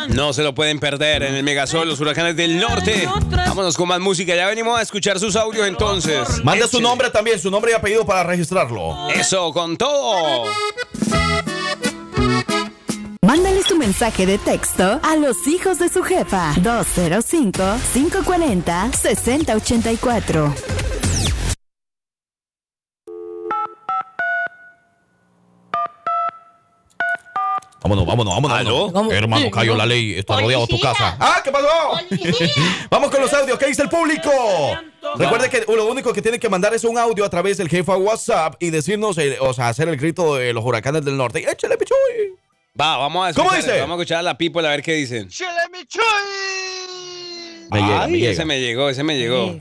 No se lo pueden perder en el Megasol, los huracanes del norte. Vámonos con más música. Ya venimos a escuchar sus audios entonces. Mande su Échele. nombre también, su nombre y apellido para registrarlo. Eso, con todo. Mándales tu mensaje de texto a los hijos de su jefa. 205-540-6084. Vámonos, vámonos, vámonos. ¿Aló? vámonos. Hermano, cayó la ley, está rodeado tu Policía. casa. ¡Ah, qué pasó! Vamos con los audios. ¿Qué dice el público? Recuerde que lo único que tiene que mandar es un audio a través del jefe a WhatsApp y decirnos, el- o sea, hacer el grito de los huracanes del norte. ¡Échale, pichuy! Va, vamos a ¿Cómo escuchar, dice? Vamos a escuchar a la people a ver qué dicen. Me llega, Ay, me llega. ese me llegó, ese me llegó.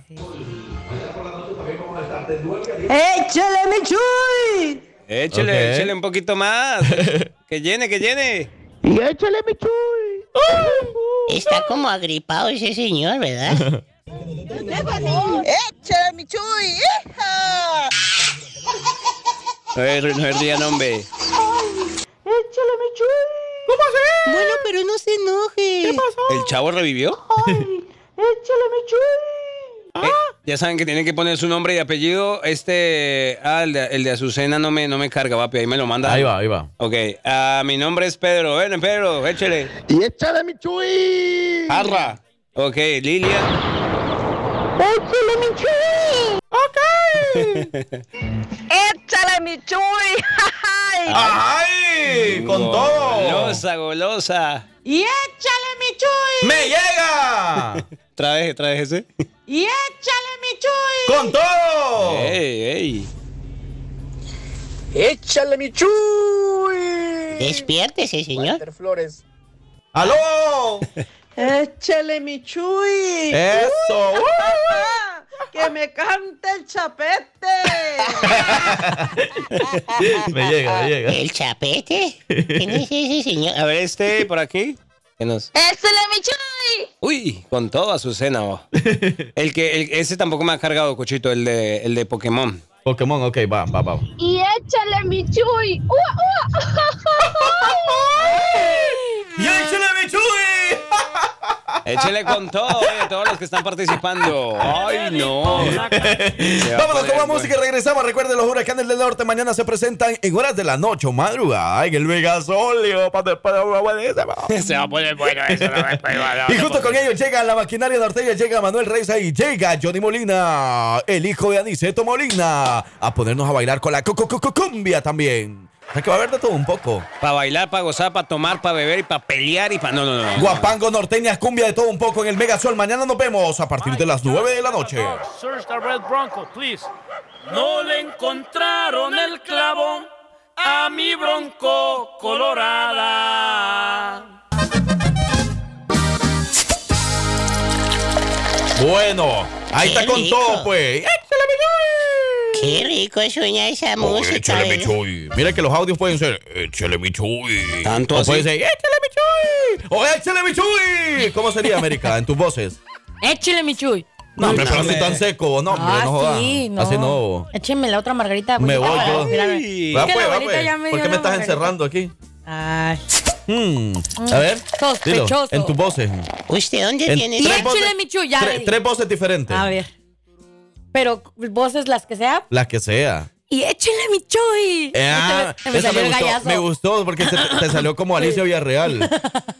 ¡Échale, mi chuy! Échele, Ok. échele un poquito más. que llene, que llene. ¡Y échale, mi chuy! Está como agripado ese señor, ¿verdad? ¡Échale, mi chuy! ¡Hija! A ver, no rían, hombre. ¡Échale, mi chuy! ¿Cómo se? Bueno, pero no se enoje. ¿Qué pasó? ¿El chavo revivió? ¡Échale, mi chuy! Eh, ya saben que tienen que poner su nombre y apellido. Este, ah, el de, el de Azucena no me, no me carga, papi. Ahí me lo manda. Ahí va, ahí va. Ok, ah, mi nombre es Pedro. Ven, Pedro, échele. ¡Y échale, mi chuy! Arra. Ok, Lilia. ¡Échale, mi chuy! ¡Ok! ¡Échale, mi chuy! ¡Ay! ¡Con todo! Golosa, golosa. ¡Y échale, mi chuy! ¡Me llega! Trae, trae ese. ¡Y échale, mi chuy! ¡Con todo! Ey, ey. ¡Échale mi chuy! Despiértese, señor. Walter Flores. ¡Aló! ¡Échale, mi chuy! ¡Eso! Ah, ¡Que me cante el chapete! me llega, me llega. ¿El chapete? ¿Quién es ese señor? A ver, este por aquí. Que nos- ¡Échale, mi chuy! Uy, con todo Azucena, vos. El que, el- ese tampoco me ha cargado, cochito, el de, el de Pokémon. Pokémon, ok, va, va, va. ¡Y échale, mi chuy! ¡Y échale, Michui! Échele con todo, eh, todos los que están participando. Ay, no. Vámonos con más música y regresamos. Recuerden, los huracanes del norte mañana se presentan en horas de la noche o madrugada en el Vegasolio. Pa- pa- pa- pa- pa- pa- pa- Se va a poner bueno eso. no me puedo hablar. Y junto con ellos llega la maquinaria norteña, llega Manuel Reyes y llega Johnny Molina, el hijo de Aniceto Molina, a ponernos a bailar con la co- co- co- co- cumbia también. O sea que va a haber de todo un poco. Para bailar, para gozar, para tomar, para beber y para pelear y para. No, no, no. Guapango, norteñas, cumbia de todo un poco en el Megasol. Mañana nos vemos a partir de las 9 de la noche. Search the Red Bronco, please. No le encontraron el clavo a mi bronco colorada. Bueno, ahí está con rico. todo, pues. Qué rico suena esa música. Échale, mi ¿verdad? chuy. Mira que los audios pueden ser échale mi chuy. Tanto o así. puede ser échale mi chuy. O échale mi chuy. ¿Cómo sería, América, en tus voces? Échele, mi chuy. No, hombre, pero no, así me- tan seco, vos, no, hombre, ah, no jodas. sí, no. Así no. Écheme la otra margarita. Me abuelita, voy para yo. inspirarme. Va, Es que pues, la va, abuelita pues. ya me ¿Por dio qué una me estás margarita. encerrando aquí? Ay. Hmm, A ver, dilo, Sospechoso. en tus voces. ¿Usted dónde En tiene Y tres voces- échele, mi chuy, ya. le Tres, di. tres voces diferentes. A ver. Pero voces las que sea. Las que sea. Y échele, mi chuy. Eh, ah, Se me- se me esa salió me el gustó, gallazo. me gustó porque se- te salió como Alicia Villarreal.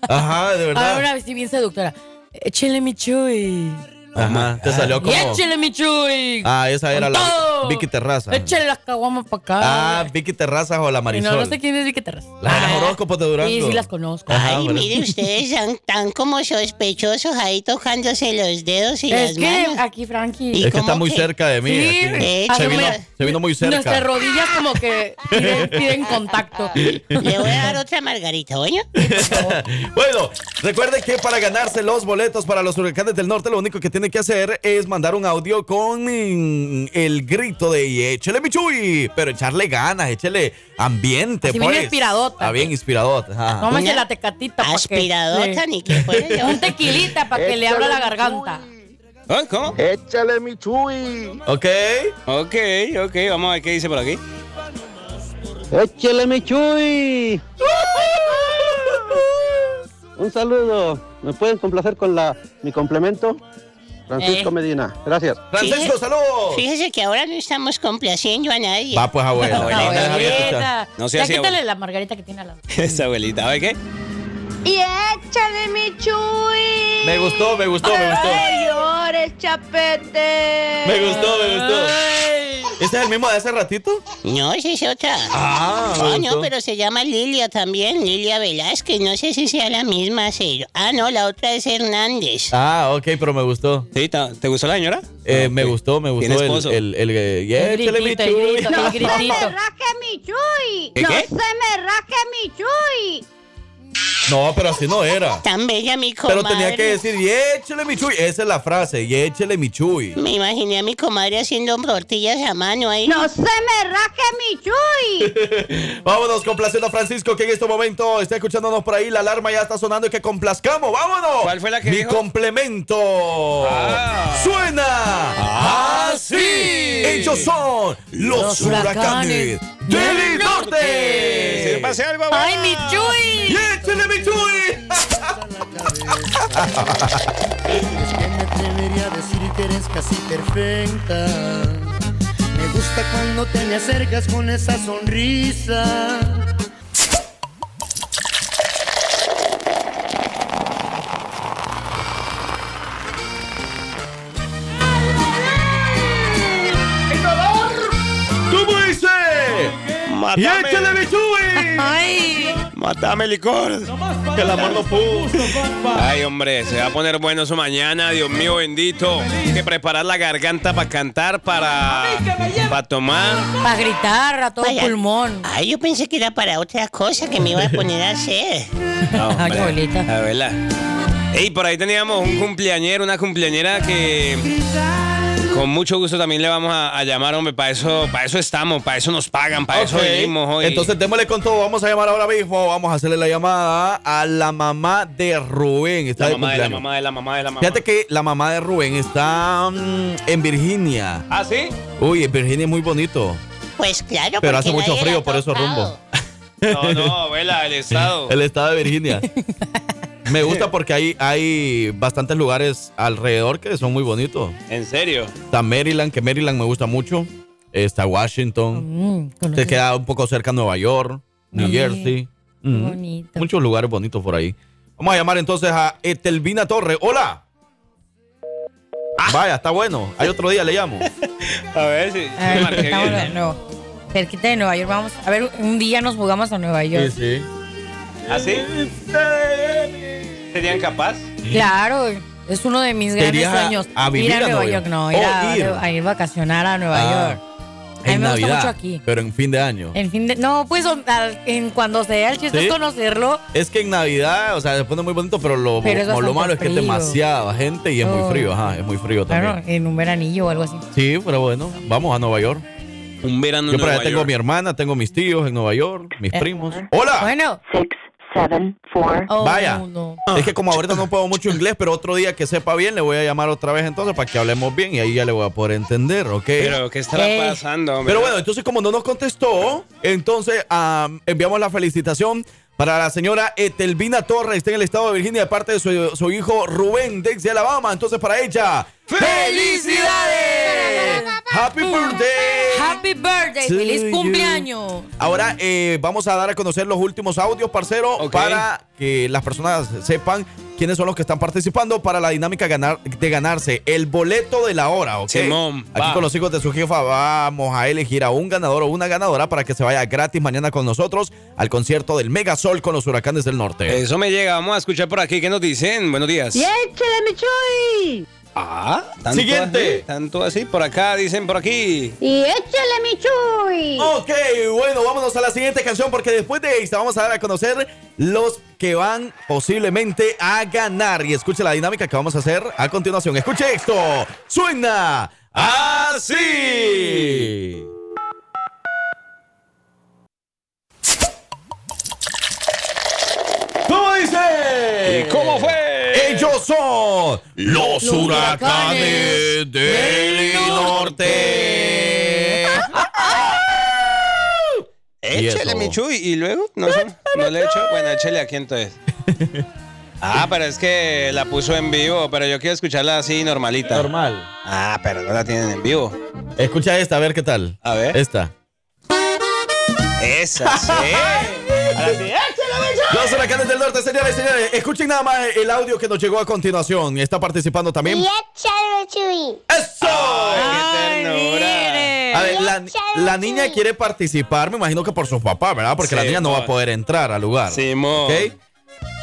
Ajá, de A ver, verdad. Ah, una vez sí, bien seductora. Échele, mi chuy. Ajá, te salió Y como. échele, mi chuy. Ah, esa era Con la todo. Vicky Terraza. Échele las caguamas para acá. Ah, Vicky Terrazas o la Y Marisol. no, no sé quién es Vicky Terraz. La Ah. de Ah, los horóscopos de Durango. Sí, sí las conozco. Ajá, Ay, bueno. mire, ustedes están tan como sospechosos ahí tocándose los dedos y Es las que ah, manos. aquí, Frankie. Es que está cómo muy que? cerca de mí. Sí, aquí. de se, hecho, vino, mira, se vino muy cerca. Nuestras rodillas como que piden, piden contacto. Ah. Le voy a dar otra margarita, ¿oño? Bueno, recuerden que para ganarse los boletos para los huracanes del norte, lo único que tienen que hacer es mandar un audio con mm, el grito de "Y échele Michuy, pero echarle ganas, échele ambiente. Así bien pues. inspiradota. Ah, bien inspiradota. ajá. Tómese Una la tecatita. pa' que- Aspiradota, sí. ni que fuera yo. Un tequilita para que le abra la garganta. Ah, ¿Cómo? Échale mi chuy. Ok. Ok, ok, vamos a ver qué dice por aquí. Échale mi chuy. Un saludo. ¿Me puedes complacer con la mi complemento? Francisco Eh. Medina. Gracias. Francisco, saludos. Fíjese que ahora no estamos complaciendo a nadie. Va pues, abuela. Abuela, abuela, abuela. déjame escuchar. Abuelita. No ya seas así, quítale la margarita que tiene al lado. Esa abuelita, a ver qué. Y échale mi chuy. Me gustó, me gustó, me gustó. No llores, chapete. Me gustó, me gustó. ¿Este es el mismo de hace ratito? No, esa es otra. Ah, me Oh, no, gustó. pero se llama Lilia también, Lilia Velázquez. No sé si sea la misma. se- Ah, no, la otra es Hernández. Ah, ok, pero me gustó. Sí, ta- ¿Te gustó la señora? Eh, me gustó, me Ah, ¿Tiene gustó esposo? el, el, el, eh, "Y El échele grito, el Michuy". grito, el Se gritito. me raje mi chuy. ¿Qué, no qué? se me raje mi chuy. No, pero así no era. Tan bella mi comadre. Pero tenía que decir, y échele mi chuy. Esa es la frase, y échele mi chuy. Me imaginé a mi comadre haciendo tortillas a mano ahí. No se me raje mi chuy. Vámonos complaciendo a Francisco, que en este momento está escuchándonos por ahí. La alarma ya está sonando y que complazcamos. ¡Vámonos! ¿Cuál fue la que Mi dijo? complemento. Ah. ¡Suena! ¡Así! Ellos son los, Los huracanes, huracanes Si del norte. le pase algo, abuela. ¡Ay, mi ¡Y chuy! échele mi chuy! que me atrevería a decir que eres casi perfecta. Me gusta cuando te me acercas con esa sonrisa. ¿Cómo dice? ¡Y échele mi chuy! ¡Ay! Matame licor. Que el amor no pudo. Ay, hombre, se va a poner bueno eso mañana, Dios mío bendito. Hay que preparar la garganta para cantar, para, para tomar. Para gritar a todo Vaya. pulmón. Ay, yo pensé que era para otra cosa que me iba a poner a hacer. No, Ay, hombre, abuelita. La verdad. Ey, por ahí teníamos un cumpleañero, una cumpleañera que con mucho gusto también le vamos a, a llamar, hombre. Para eso, para eso estamos, para eso nos pagan, para eso Ok. venimos hoy. Entonces démosle con todo. Vamos a llamar ahora mismo. Vamos a hacerle la llamada a la mamá de Rubén. Está la de mamá de la cumpleaños. mamá de la mamá de la mamá. Fíjate que la mamá de Rubén está mm, en Virginia. ¿Ah, sí? Uy, en Virginia es muy bonito. Pues claro, Pero porque hace mucho nadie la frío, ha por eso tocado. rumbo. No, no, abuela, el estado. El estado de Virginia. Me gusta porque hay, hay bastantes lugares alrededor que son muy bonitos. ¿En serio? Está Maryland, que Maryland me gusta mucho. Está Oh, Mm, Washington. Te queda un poco cerca Nueva York, New Bien. Jersey. Ujú. Bonito. Muchos lugares bonitos por ahí. Vamos a llamar entonces a Etelvina Torre. ¡Hola! Vaya, está bueno. Hay otro día le llamo. A ver si. A ver, estamos de nuevo. Cerquita de Nueva York, vamos. A ver, un día nos mudamos a Nueva York. sí. ¿Así? ¿Ah, ¿Serían capaz? Claro, es uno de mis ¿Te grandes irías a- sueños. a vivir ir a a Nueva Nueva York, York? no, Oh, ir, a, ir. a ir vacacionar a Nueva Ah, York. A mí en me Navidad, gusta mucho aquí. Pero en fin de año. En fin de. No, pues o- al- en cuando sea, el chiste Sí. es conocerlo. Es que en Navidad, o sea, se pone muy bonito, pero lo, Pero es como lo bastante malo es que es frío. demasiada gente y es Oh. muy frío, ajá, es muy frío también. Claro, en un veranillo o algo así. Sí, pero bueno, vamos a Nueva York. Un verano Yo en por allá Nueva tengo York. mi hermana, tengo mis tíos en Nueva York, mis Eh, primos. ¡Hola! Bueno. Oh, Vaya. no. Es que como ahorita no puedo mucho inglés, pero otro día que sepa bien le voy a llamar otra vez entonces para que hablemos bien y ahí ya le voy a poder entender, ¿ok? Pero, ¿qué estará Eh. pasando, hombre? Pero bueno, entonces como no nos contestó, entonces ah, enviamos la felicitación para la señora Etelvina Torres, está en el estado de Virginia, de parte de su, su hijo Rubén Dex de Alabama. Entonces para ella, ¡felicidades! ¡Happy birthday! Happy birthday, To feliz you. cumpleaños. Ahora eh, vamos a dar a conocer los últimos audios, parcero, para que las personas sepan quiénes son los que están participando para la dinámica ganar, de ganarse el boleto de la hora, ¿ok? Simón, Aquí va. con los hijos de su jefa vamos a elegir a un ganador o una ganadora para que se vaya gratis mañana con nosotros al concierto del Mega Sol con los huracanes del norte. Eso me llega. Vamos a escuchar por aquí. ¿Qué nos dicen? Buenos días. ¡Échale, mi Chuy! Ah, tanto Siguiente. así, tanto así. Por acá, dicen por aquí. Y échale, mi Chuy. Ok, bueno, vámonos a la siguiente canción porque después de esta vamos a dar a conocer los que van posiblemente a ganar. Y escuche la dinámica que vamos a hacer a continuación. Escuche esto. Suena así. ¿Cómo dice? ¿Y cómo fue? Ellos son los, Los huracanes huracanes del del norte. Y eh, Échale, eso. mi chuy. Y luego, no sé, no le he hecho. Bueno, échale aquí entonces. Ah, pero es que la puso en vivo, pero yo quiero escucharla así normalita. Normal. Ah, pero no la tienen en vivo. Escucha esta, a ver qué tal. A ver. Esta. Esa, sí. Ahora sí, Los huracanes del norte, señores y señores. Escuchen nada más el audio que nos llegó a continuación. Está participando también. échale, Chuy. ¡Eso! ¡Ay, qué ternura! A ver, la, la niña quiere participar, me imagino que por sus papás, ¿verdad? Porque la Sí, niña no va a por- poder entrar al lugar. Simón. ¿Ok?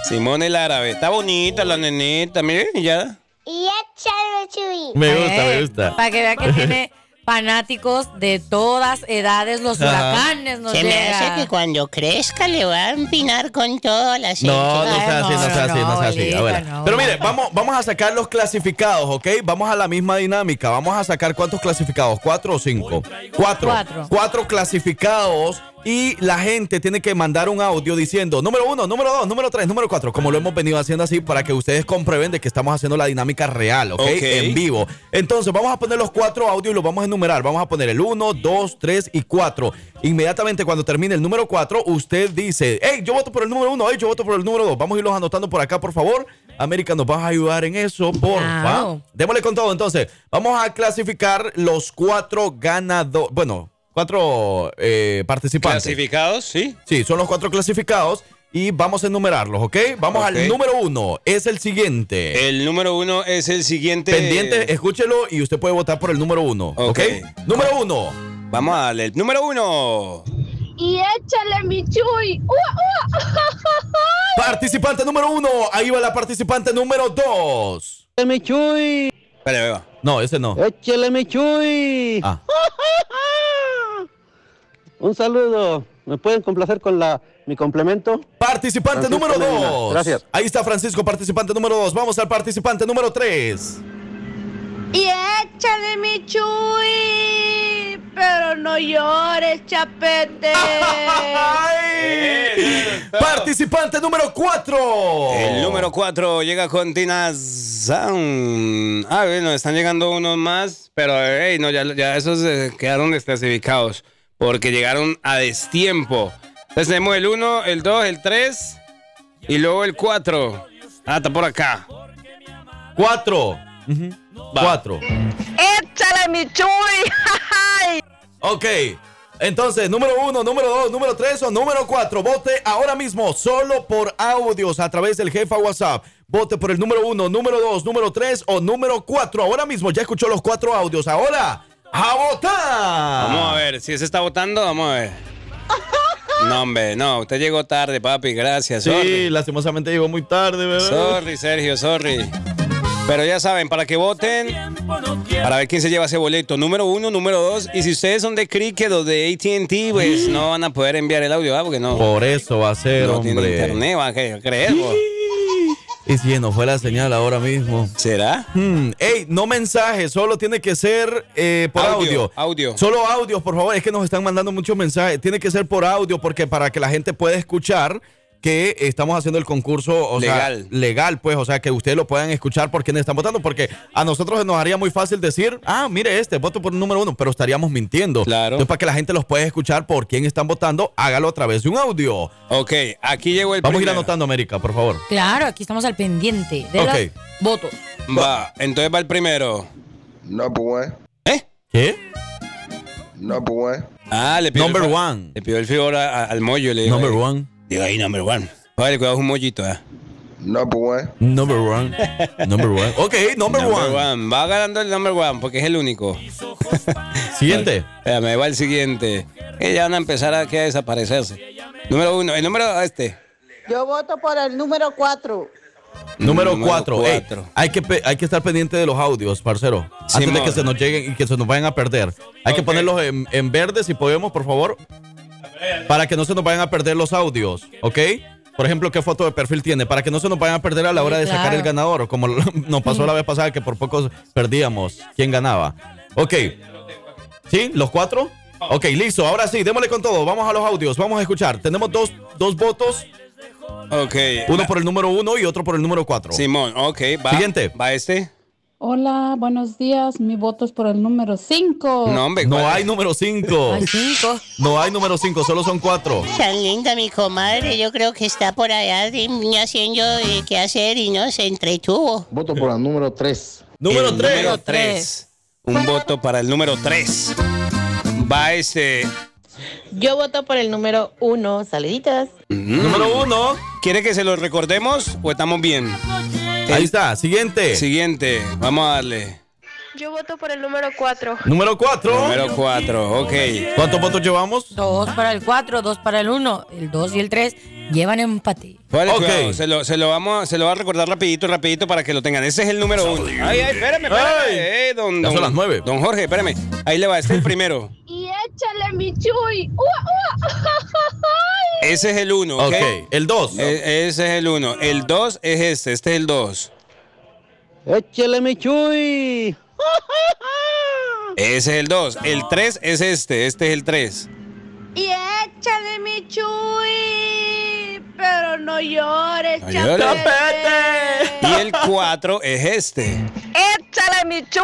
Simón el árabe. Está bonita la nenita, miren, ya. Y échale, Chuy. Me gusta, me gusta. Eh, Para que vea que tiene fanáticos de todas edades, los Ajá. huracanes nos Se me llegan. hace que cuando crezca le va a empinar con toda la gente. No, no sea así, no sea así, no sea así. abuelita, abuela. no, Pero mire, vamos, vamos a sacar los clasificados, ¿ok? Vamos a la misma dinámica. Vamos a sacar cuántos clasificados, cuatro o cinco. Cuatro. Cuatro. Cuatro clasificados y la gente tiene que mandar un audio diciendo número uno, número dos, número tres, número cuatro, como lo hemos venido haciendo así para que ustedes comprueben de que estamos haciendo la dinámica real, ¿ok? Ok. En vivo. Entonces vamos a poner los cuatro audios y los vamos a enumerar. Vamos a poner el uno, dos, tres y cuatro. Inmediatamente cuando termine el número cuatro, usted dice, hey, yo voto por el número uno, hey, yo voto por el número dos. Vamos a irlos anotando por acá, por favor. América, nos vas a ayudar en eso, porfa. Claro. Démosle con todo, entonces. Vamos a clasificar los cuatro ganadores. Bueno, cuatro eh, participantes. Clasificados, sí. Sí, son los cuatro clasificados y vamos a enumerarlos, ¿ok? Vamos Ok. al número uno. Es el siguiente. El número uno es el siguiente. Pendiente, escúchelo y usted puede votar por el número uno, ¿ok? Número uno. Vamos a darle el número uno. Y échale, mi Chuy. ¡Ua, ua! Participante número uno. Ahí va la participante número dos. ¡Échale, mi Chuy! Espera, veo. No, ese no. ¡Échale, mi Chuy! Ah. Un saludo. ¿Me pueden complacer con la, mi complemento? Participante Francisco número Medina. dos. Gracias. Ahí está Francisco, participante número dos. Vamos al participante número tres. Y échale, mi Chuy. Pero no llores, chapete. Participante número 4. El número 4 llega con Tina Sound. Ah, bueno, están llegando unos más, pero hey, no, ya, ya esos eh, quedaron desclasificados porque llegaron a destiempo. Entonces tenemos el 1, el 2, el 3 y luego el 4. Ah, está por acá. Cuatro. Cuatro. ¡Échale mi chuy! ¡Ay! Ok. Entonces, número uno, número dos, número tres o número cuatro. Vote ahora mismo, solo por audios a través del jefa WhatsApp. Vote por el número uno, número dos, número tres o número cuatro. Ahora mismo, ya escuchó los cuatro audios. Ahora, a votar. Vamos a ver, si se está votando, vamos a ver. No, hombre, no, usted llegó tarde, papi, gracias. Sí, lastimosamente llegó muy tarde, bebé. Sorry, Sergio, sorry. Pero ya saben, para que voten, para ver quién se lleva ese boleto. Número uno, número dos. Y si ustedes son de Cricket o de ATT, pues no van a poder enviar el audio, ¿ah? porque no. Por eso va a ser, no hombre. tiene internet, van a cre- creer. po. Y si no fue la señal ahora mismo. ¿Será? Ey, no mensaje, solo tiene que ser eh, por audio, Audio, audio. Solo audios, por favor. Es que nos están mandando muchos mensajes. Tiene que ser por audio porque para que la gente pueda escuchar que estamos haciendo el concurso o sea, Legal. legal, pues, o sea, que ustedes lo puedan escuchar por quienes están votando, porque a nosotros nos haría muy fácil decir, ah, mire este, voto por el número uno, pero estaríamos mintiendo. Claro. Entonces, para que la gente los pueda escuchar por quién están votando, hágalo a través de un audio. Ok, aquí llegó el Vamos a ir primero. anotando, América, por favor. Claro, aquí estamos al pendiente de Ok. los votos. Va, entonces va el primero. Number one. ¿Eh? ¿Qué? Number one. Ah, le pidió Number el, fa- one. Le pidió el favor a- a- al mollo. Le digo, Number ahí. one. Digo ahí, number one. Vale, cuidado, es un mollito, ¿eh? Number one. Number one. Number one. Ok, number, one. Va ganando el number one porque es el único. Siguiente. me va el siguiente. Que ya van a empezar aquí a desaparecerse. Número uno. El número este. Yo voto por el número 4. Número Número 4. cuatro. hay, que, pe- hay que estar pendiente de los audios, parcero. Antes de Simón. que se nos lleguen y que se nos vayan a perder. Hay que ponerlos en, en verde, si podemos, por favor. Para que no se nos vayan a perder los audios, ¿ok? Por ejemplo, ¿qué foto de perfil tiene? Para que no se nos vayan a perder a la Sí, hora de sacar claro. el ganador, como lo- nos pasó la vez pasada que por poco perdíamos quién ganaba. Ok. ¿Sí? ¿Los cuatro? Ok, listo. Ahora sí, démosle con todo. Vamos a los audios. Vamos a escuchar. Tenemos dos, dos votos. Ok. Uno por el número uno y otro por el número cuatro. Simón, ok, va. Siguiente. Va este. Hola, Ah, buenos días. Mi voto es por el número 5. No hay número Oh. 5. No hay número 5, solo son 4. Tan linda mi comadre, yo creo que está por allá de- haciendo eh, qué hacer y no se entretuvo. Voto por la número 3. El Número tres. Un voto para el número tres. Va este. Yo voto por el número uno. Saluditas. Mm. Mm. Número uno. ¿Quiere que se lo recordemos o estamos bien? Ahí está, siguiente. Siguiente, vamos a darle. Yo voto por el número cuatro. Número 4. Número 4, ok. ¿Cuántos votos llevamos? Dos para el 4, dos para el 1, el 2 y el 3 llevan empate. Vale, Ok. cuidado, se lo, se lo vamos a, se lo va a recordar rapidito, rapidito para que lo tengan. Ese es el número uno. Ay, ay, espérame, espérame. Eh, don, Ya son don- las nueve. Don Jorge, espérame. Ahí le va, este es el primero. Y échale mi chuy. ¡Ua, ua! Ese es el uno, ¿ok? Eh, E, Ok, el 2. ese es el uno. El dos es este, este es el dos. Échale mi chuy. Ese es el dos. El tres es este, este es el tres. Y échale mi chuy. Pero no llores, No chapete. llores. Y el cuatro es este. Échale mi chuy.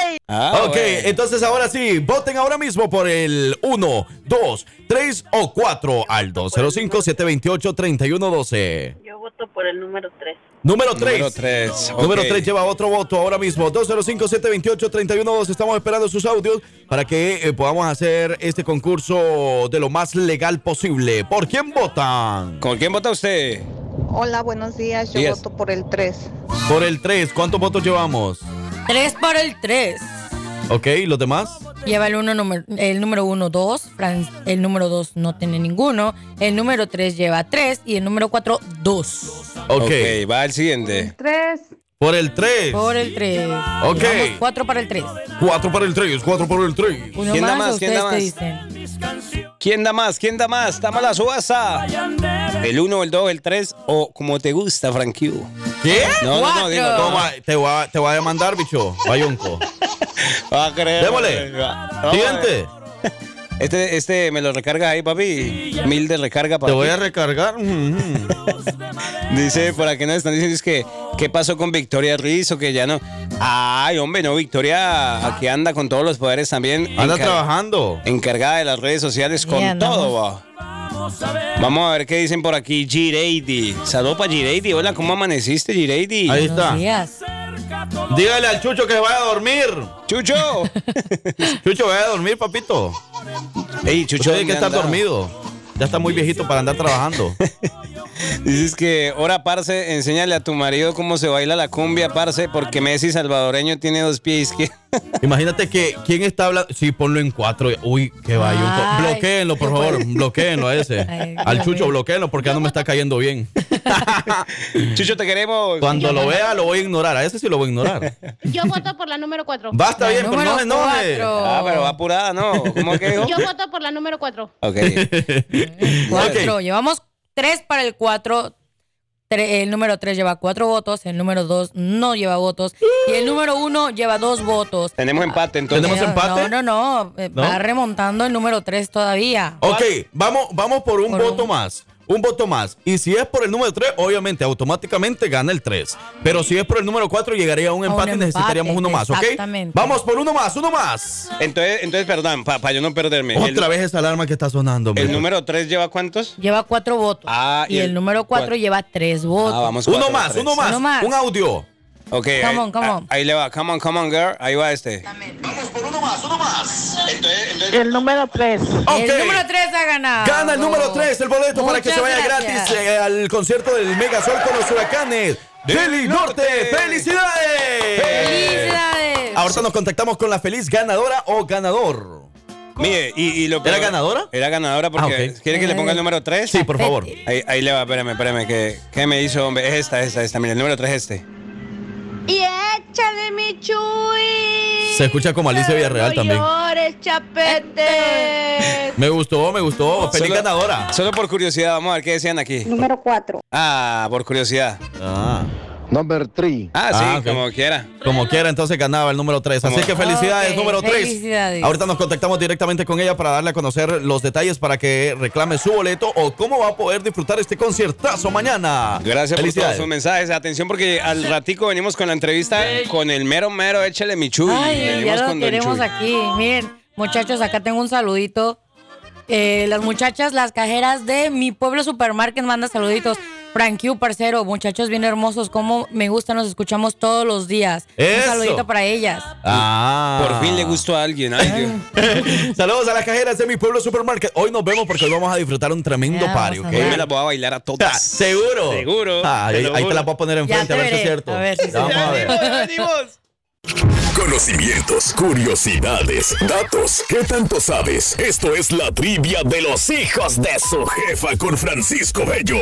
¡Ay! Ah, ok, eh, entonces ahora sí, voten ahora mismo por el 1, 2, 3 o 4 al 205-728-3112. Yo voto por el número 3. Número 3. Número tres, Número ok. 3 lleva otro voto ahora mismo. 205-728-3112. Estamos esperando sus audios para que eh, podamos hacer este concurso de lo más legal posible. ¿Por quién votan? ¿Con quién vota usted? Hola, buenos días. Yo Días. voto por el 3. Por el 3. ¿Cuántos votos llevamos? 3 para el 3 Ok, ¿y los demás? lleva el uno número el número 1 2, el número 2 no tiene ninguno, el número 3 lleva 3 y el número 4 2. Ok. va el siguiente. 3 Por el 3. por el 3. Ok. 4 para el 3. 4 para el 3, 4 para el 3. Uno más, o ¿Quién da más? ustedes qué dicen. ¿Quién da más? ¿Quién da más? ¿Está mala suaza? ¿El 1, el 2, el 3 o como te gusta, Frankie? ¿Qué? No, no, no, digo, Cuatro. toma. Te voy a, te voy a demandar, bicho. Bayonco. Va a creer. Démosle. Va- vamos Siguiente. a ver. Este, este me lo recarga ahí, papi. Mil de recarga para Te voy ti. a recargar. Dice, por aquí nos están diciendo, es que, ¿qué pasó con Victoria Rizzo? Que ya no. Ay, hombre, no, Victoria aquí anda con todos los poderes también. Anda Encar- trabajando. Encargada de las redes sociales con Ya andamos. todo, va. Vamos a ver qué dicen por aquí. Gireidi. Saludos para Gireidi. Hola, ¿cómo amaneciste, Gireidi? Ahí está. Dígale al Chucho que vaya a dormir. Chucho. Chucho, vaya a dormir, papito. Ey, Chucho, tiene que ¿dónde estar anda? dormido. Ya está muy viejito para andar trabajando. Dices que, ahora, parce, enséñale a tu marido cómo se baila la cumbia, parce, porque Messi salvadoreño tiene dos pies izquierdos. Imagínate que quién está hablando. Sí, ponlo en cuatro. Uy, qué vaya. Ay. Bloquéenlo, por favor. Bloquéenlo a ese. Ay, Al Chucho, Dios. bloquéenlo porque ya no me está cayendo bien. Chucho, te queremos. Pues Cuando lo vea, lo voy a ignorar. A ese sí lo voy a ignorar. Yo voto por la número 4. Basta bien, pero no se enoje. Ah, pero va apurada, ¿no? ¿Cómo que dijo? Yo voto por la número 4. Ok. Cuatro. Llevamos tres para el cuatro. Tre- el número tres lleva cuatro votos. El número dos no lleva votos. Y el número uno lleva dos votos. Tenemos empate, entonces. Pero- No, no, no. eh, ¿No? Oh. Va remontando el número tres todavía. Ok, vamos, vamos por un voto más. Un voto más. Y si es por el número 3, obviamente automáticamente gana el 3. Pero si es por el número 4, llegaría a un empate y empate, necesitaríamos uno más, ¿ok? exactamente. Vamos por uno más, uno más. Entonces, entonces perdón, para yo no perderme. El- Otra vez esa alarma que está sonando. El mira. número 3 lleva cuántos? Lleva cuatro votos. Ah, y el, número cuatro, lleva tres votos. Ah, vamos Uno cuatro, más, tres. uno más, Uno más. un audio. Ok. Come ahí- on, come a- on. Ahí le va. Come on, come on, girl. Ahí va este. Vamos por uno más, uno más. El número 3. El número tres ha ganado. Gana el número 3, el boleto para que Muchas se vaya gracias. gratis eh, al concierto del Megasol con los huracanes. Deli Norte, ¡felicidades! ¡Felicidades! Ahorita nos contactamos con la feliz ganadora o ganador. Mire, y, y lo ¿Era ganadora? Era ganadora porque. Ah, ok. ¿Quiere que le ponga el número 3? Sí, por favor. Ahí, ahí le va, espérame, espérame. ¿Qué, ¿Qué me hizo, hombre? Es esta, esta, esta. Mira, el número 3 es este. Y échale mi chuy. Se escucha como Alicia Villarreal No también. llores, chapete. Me gustó, me gustó. Feliz Solo- ganadora. Solo por curiosidad, vamos a ver qué decían aquí. Número 4. Ah, por curiosidad. Ah. Number 3. Ah, sí, Ah, ok. como quiera. Como quiera, entonces ganaba el número 3. Así Como- que felicidades, Ok, número 3. felicidades. Ahorita nos contactamos directamente con ella para darle a conocer los detalles para que reclame su boleto o cómo va a poder disfrutar este conciertazo mañana. Gracias por todos Felicidades. sus mensajes. Atención porque al ratico venimos con la entrevista con el mero mero échale mi chuy. Ay, Venimos con ya lo Don queremos Chuy. aquí. Miren, muchachos, acá tengo un saludito. Eh, las muchachas, las cajeras de mi pueblo supermarket mandan saluditos. Frank Q, parcero, muchachos bien hermosos, como me gusta, nos escuchamos todos los días. Eso. Un saludito para ellas. Ah. Por fin le gustó a alguien. Ay, Dios. Saludos a las cajeras de mi pueblo supermarket. Hoy nos vemos porque hoy vamos a disfrutar un tremendo Ya, party, vamos ¿ok? a Hoy me la voy a bailar a Ah, todas. Seguro. Seguro. Ah, ahí, te lo ahí te juro. la voy a poner Ya enfrente te a ver si es veré, cierto. a ver si Ya vamos a ver. Conocimientos, curiosidades, datos. ¿Qué tanto sabes? Esto es la trivia de los hijos de su jefa con Francisco Bello.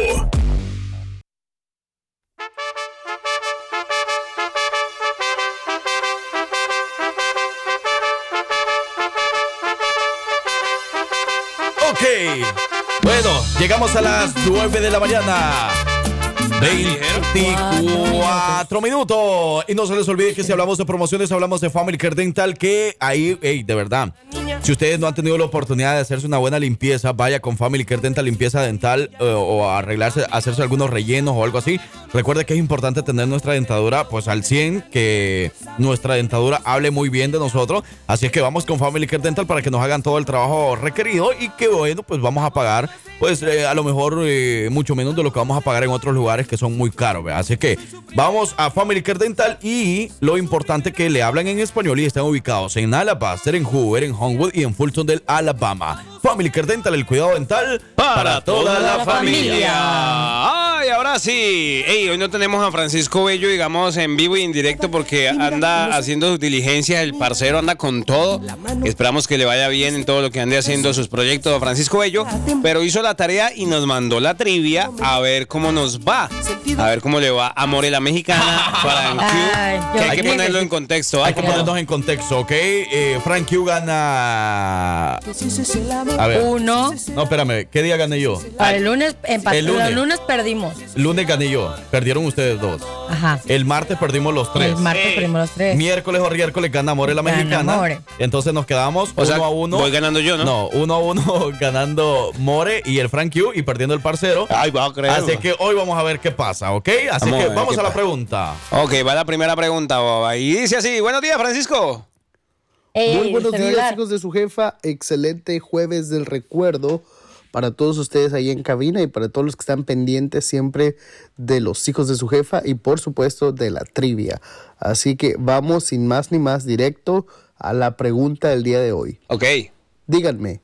Ok. Bueno, llegamos a las 9 de la mañana. 24 minutos. Y no se les olvide que si hablamos de promociones, hablamos de Family Care Dental, que ahí, ey, de verdad. Si ustedes no han tenido la oportunidad de hacerse una buena limpieza, vaya con Family Care Dental, limpieza dental eh, o arreglarse, hacerse algunos rellenos o algo así. Recuerde que es importante tener nuestra dentadura pues al 100, que nuestra dentadura hable muy bien de nosotros. Así es que vamos con Family Care Dental para que nos hagan todo el trabajo requerido y que bueno, pues vamos a pagar pues eh, a lo mejor eh, mucho menos de lo que vamos a pagar en otros lugares que son muy caros. ¿verdad? Así que vamos a Family Care Dental y lo importante que le hablan en español y están ubicados en Alabaster, en Hoover, en Homewood y en Fulton del Alabama. Family Care Dental, el cuidado dental para, toda, la, familia. Ay, ahora sí. Ey, hoy no tenemos a Francisco Bello, digamos, en vivo y en directo porque anda haciendo sus diligencias. El parcero anda con todo. Esperamos que le vaya bien en todo lo que ande haciendo sus proyectos, don Francisco Bello. Pero hizo la tarea y nos mandó la trivia a ver cómo nos va. A ver cómo le va a Morela Mexicana, Ay, Frank Q. yo Que hay que creo que ponerlo sí. en contexto. ¿ah? Hay que ponernos en contexto, ¿ok? Eh, Frank Q gana. A ver. Uno. No, espérame, ¿qué día gané yo? Para el lunes, empató. El lunes. perdimos. Lunes gané yo, perdieron ustedes dos. Ajá. El martes perdimos los tres. El martes perdimos los tres. Miércoles o miércoles gana More la Gana mexicana. More. Entonces nos quedamos uno sea, a uno. voy ganando yo, ¿no? No, uno a uno ganando More y el Frank Q y perdiendo el parcero. Ay, vas a creer. Así que hoy vamos a ver qué pasa, ¿ok? Así Vamos a que ver vamos qué a la pasa. pregunta. Ok, va la primera pregunta, Boba. Y dice así: Buenos días, Francisco. Ey, Muy buenos días, celular. hijos de su jefa. Excelente jueves del recuerdo. para todos ustedes ahí en cabina y para todos los que están pendientes siempre de los hijos de su jefa y por supuesto de la trivia. Así que vamos sin más ni más directo a la pregunta del día de hoy. Ok. Díganme,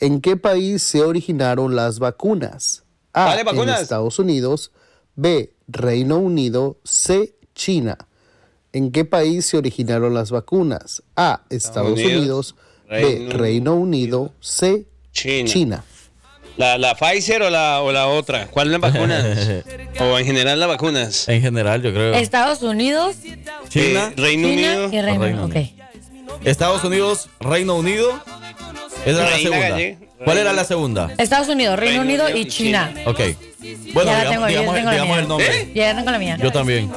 ¿en qué país se originaron las vacunas? A, Vale, vacunas. Ah, en Estados Unidos, B, Reino Unido, C, China. ¿En qué país se originaron las vacunas? A, Estados Unidos, Unidos, Reino B, Reino Unido, C, China. China. ¿La, la Pfizer o la, o la otra? ¿Cuál es la vacuna? o en general las vacunas. Eh, En general, yo creo. Estados Unidos, Eh, China, Reino China Unido. y Reino Reino Unido. Ok. Estados Unidos, Reino Unido. Esa era la Reina segunda. Galle. ¿Cuál era la segunda? Estados Unidos, Reino, Unido y China. Ok. Bueno, ya la tengo, digamos, digamos- yo tengo digamos la el mía. nombre. ¿Eh? Ya tengo la mía. Yo también.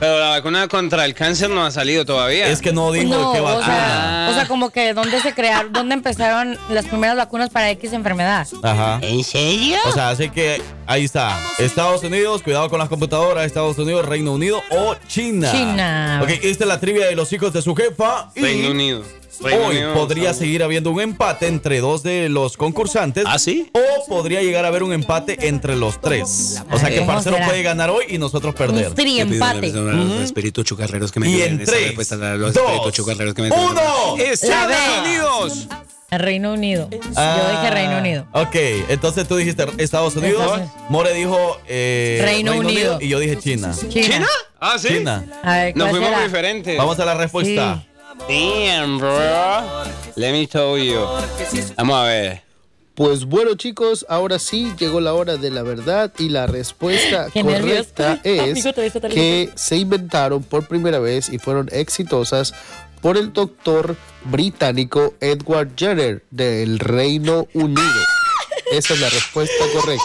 Pero la vacuna contra el cáncer no ha salido todavía. Es que no No, o sea, o sea, como que dónde se crearon, dónde empezaron las primeras vacunas para X enfermedad. Ajá. ¿En serio? O sea, así que ahí está. Estados Unidos, cuidado con las computadoras. Estados Unidos, Reino Unido o China. China. Ok, esta es la trivia de los hijos de su jefa. y Reino Unido. Reino hoy Unido, podría Estados seguir habiendo un empate entre dos de los concursantes. ¿Ah, sí? O podría llegar a haber un empate entre los tres. O sea que ¿Cómo Parcero será? puede ganar hoy y nosotros perder. Los Ujú. espíritus chocarreros que me Y tienen, en esa tres, respuesta, los dos, espíritus chocarreros que me uno. tienen. La Estados B. Unidos. Reino Unido. Yo Ah, dije Reino Unido. Ok, entonces tú dijiste Estados Unidos. More dijo eh, Reino Unido. Y yo dije China. China. ¿China? Ah, sí. China. A ver, Nos ¿cuál fuimos será? diferentes. Vamos a la respuesta. Damn, bro. Let me tell you. Vamos a ver. Pues bueno chicos, ahora sí llegó la hora de la verdad y la respuesta Qué nervios. correcta es Amigo, te ves totalmente. que se inventaron por primera vez y fueron exitosas por el doctor británico Edward Jenner del Reino Unido. Esa es la respuesta correcta.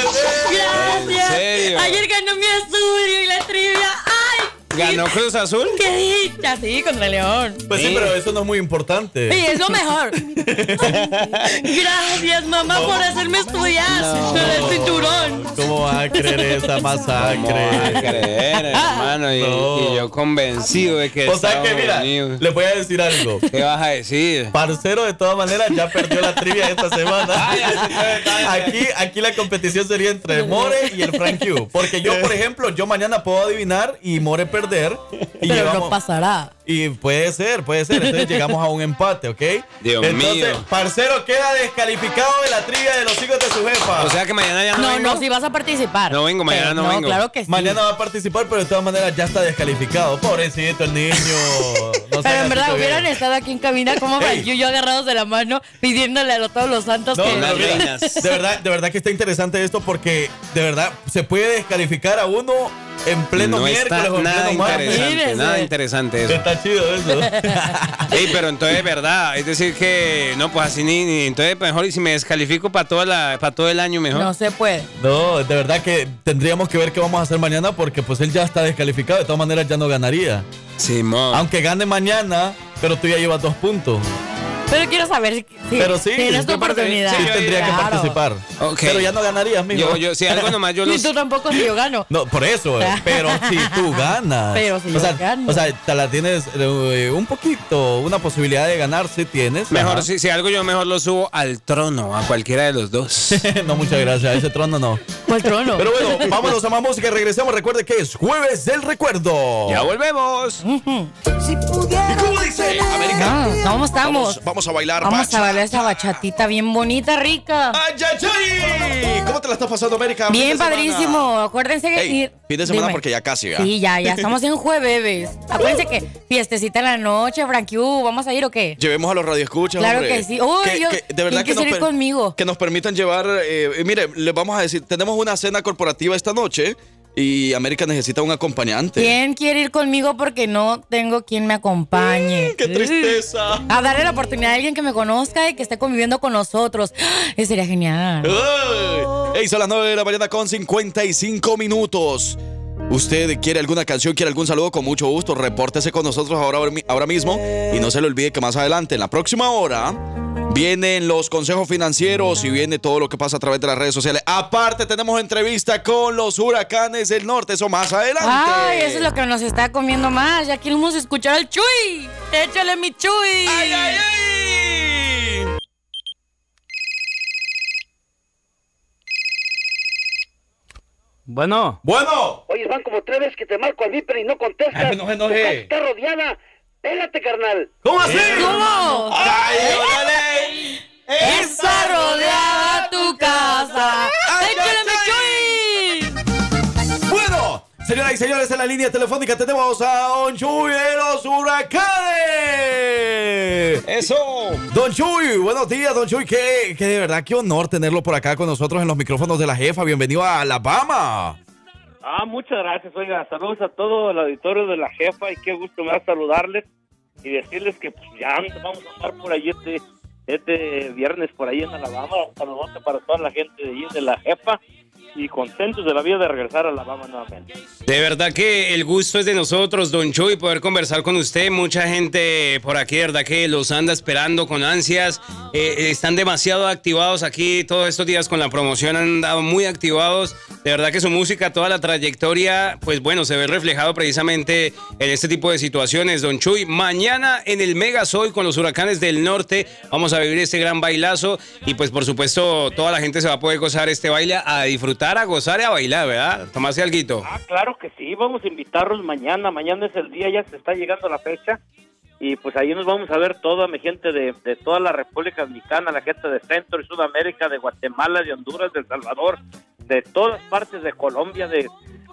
Gracias. serio? Ayer ganó mi azul y la trivia. ¡Ay! ¿Ganó Cruz Azul? ¡Qué dicha! Sí, contra León. Pues sí, pero eso no es muy importante. Sí, es lo mejor. Gracias, mamá, por hacerme estudiar. El cinturón. ¿Cómo vas a creer esa masacre? Ah, a creer, hermano? Y, y yo convencido de que. O sea que Estados mira, Unidos- les voy a decir algo. ¿Qué vas a decir? Parcero, de todas maneras, ya perdió la trivia esta semana. Aquí, aquí la competición sería entre More y el Frank Q. Porque yo, por ejemplo, yo mañana puedo adivinar y More perder. Y Pero no llevamos- pasará. Y puede ser, puede ser. Entonces llegamos a un empate, ¿ok? Dios Entonces, mío. parcero queda descalificado de la trivia de los hijos de su jefa. O sea que mañana ya no, No, vengo. no, si vas a participar. No vengo, mañana Pero no vengo. claro que sí. Mañana va a participar, pero de todas maneras ya está descalificado. Pobrecito el niño. No Pero en verdad hubieran hubiera estado aquí en cabina como Frank y yo agarrados de la mano pidiéndole a lo- todos los santos No, que... no, mira, de verdad, de verdad que está interesante esto porque de verdad se puede descalificar a uno en pleno No está miércoles o en nada pleno martes. interesante, Mírese. nada interesante eso. Está chido eso. Ey, pero entonces, ¿verdad? Es decir que, no, pues así ni, ni- entonces mejor y si me descalifico para toda la, para todo el año mejor. No se puede. No, de verdad que tendríamos que ver qué vamos a hacer mañana porque pues él ya está descalificado, de todas maneras ya no ganaría. Simón. Aunque gane mañana, pero tú ya llevas dos puntos. Pero quiero saber si pero sí, tienes tu yo participo- oportunidad. Sí, tendría que participar. Ok. Pero ya no ganarías, mijo. Yo, yo, si algo nomás yo Y los. tú tampoco si yo gano. No, por eso, eh, pero si tú ganas. Pero si o yo sea, gano. O sea, te la tienes eh, un poquito, una posibilidad de ganar si tienes. Mejor, Ajá. si, si algo yo mejor lo subo al trono, a cualquiera de los dos. no, muchas gracias. Ese trono no. ¿Cuál Pues trono? Pero bueno, vámonos a más música y regresamos. Recuerde que es Jueves del Recuerdo. Ya volvemos. Si pudiera América? No, ¿cómo estamos? Vamos, vamos a bailar, Vamos Pacha. a bailar esa bachatita bien bonita, rica. ¡Ay, ay, ay! ¿Cómo te la estás pasando, América? Bien Fin de semana. padrísimo. Acuérdense que... Ey, ir- fin de semana Dime. porque ya casi, ¿verdad? Sí, ya, ya estamos en jueves. Acuérdense que fiestecita en la noche, Frankie, uh, ¿vamos a ir o qué? Llevemos a los radioescuchas, Claro hombre. que sí. Uy, yo- de verdad ¿quién quiere nos ir per- conmigo? Que nos permitan llevar... eh, eh, mire, les vamos a decir, tenemos una cena corporativa esta noche y América necesita un acompañante. ¿Quién quiere ir conmigo porque no tengo quien me acompañe? Mm, ¡Qué tristeza! A darle la oportunidad a alguien que me conozca y que esté conviviendo con nosotros. ¡Ah! Eso sería genial. ¡Ay! Ey, son las 9 de la mañana con 55 minutos. Usted quiere alguna canción, quiere algún saludo, con mucho gusto, repórtese con nosotros ahora, ahora mismo. Y no se le olvide que más adelante, en la próxima hora, vienen los consejos financieros y viene todo lo que pasa a través de las redes sociales. Aparte, tenemos entrevista con los huracanes del norte, eso más adelante. Ay, eso es lo que nos está comiendo más. Ya queremos escuchar al Chuy. Échale mi Chuy. Bueno. Bueno. Oye, van como tres veces que te marco al viper y no contestas. Ay, pues no se Tu enoje. casa Está rodeada. Pélate, carnal. ¿Cómo así? ¿Cómo? ¡Ay, Está rodeada tu casa. ¡Échale, Bueno, señoras y señores, en la línea telefónica tenemos a Don Chuy de los Huracanes. Eso. Don Chuy, buenos días, Don Chuy. Que, de verdad, qué honor tenerlo por acá con nosotros en los micrófonos de la jefa. Bienvenido a Alabama. Ah, muchas gracias. Oiga, saludos a todo el auditorio de la jefa y qué gusto me da saludarles y decirles que pues ya vamos a estar por ahí este, este viernes por ahí en Alabama. Un saludote para toda la gente de allí de la jefa y contentos de la vida de regresar a Alabama nuevamente. De verdad que el gusto es de nosotros, Don Chuy, poder conversar con usted. Mucha gente por aquí, de verdad que los anda esperando con ansias. Eh, están demasiado activados aquí todos estos días con la promoción, han andado muy activados. De verdad que su música, toda la trayectoria, pues bueno, se ve reflejado precisamente en este tipo de situaciones, Don Chuy. Mañana en el Mega Sol con los huracanes del norte vamos a vivir este gran bailazo y pues por supuesto toda la gente se va a poder gozar este baile, a disfrutar, a gozar y a bailar, ¿verdad? Tomarse alguito. Ah, claro que sí, vamos a invitarlos mañana. Mañana es el día, ya se está llegando la fecha. Y pues ahí nos vamos a ver toda mi gente de, de toda la República Dominicana, la gente de Centro y Sudamérica, de Guatemala, de Honduras, de El Salvador, de todas partes, de Colombia, de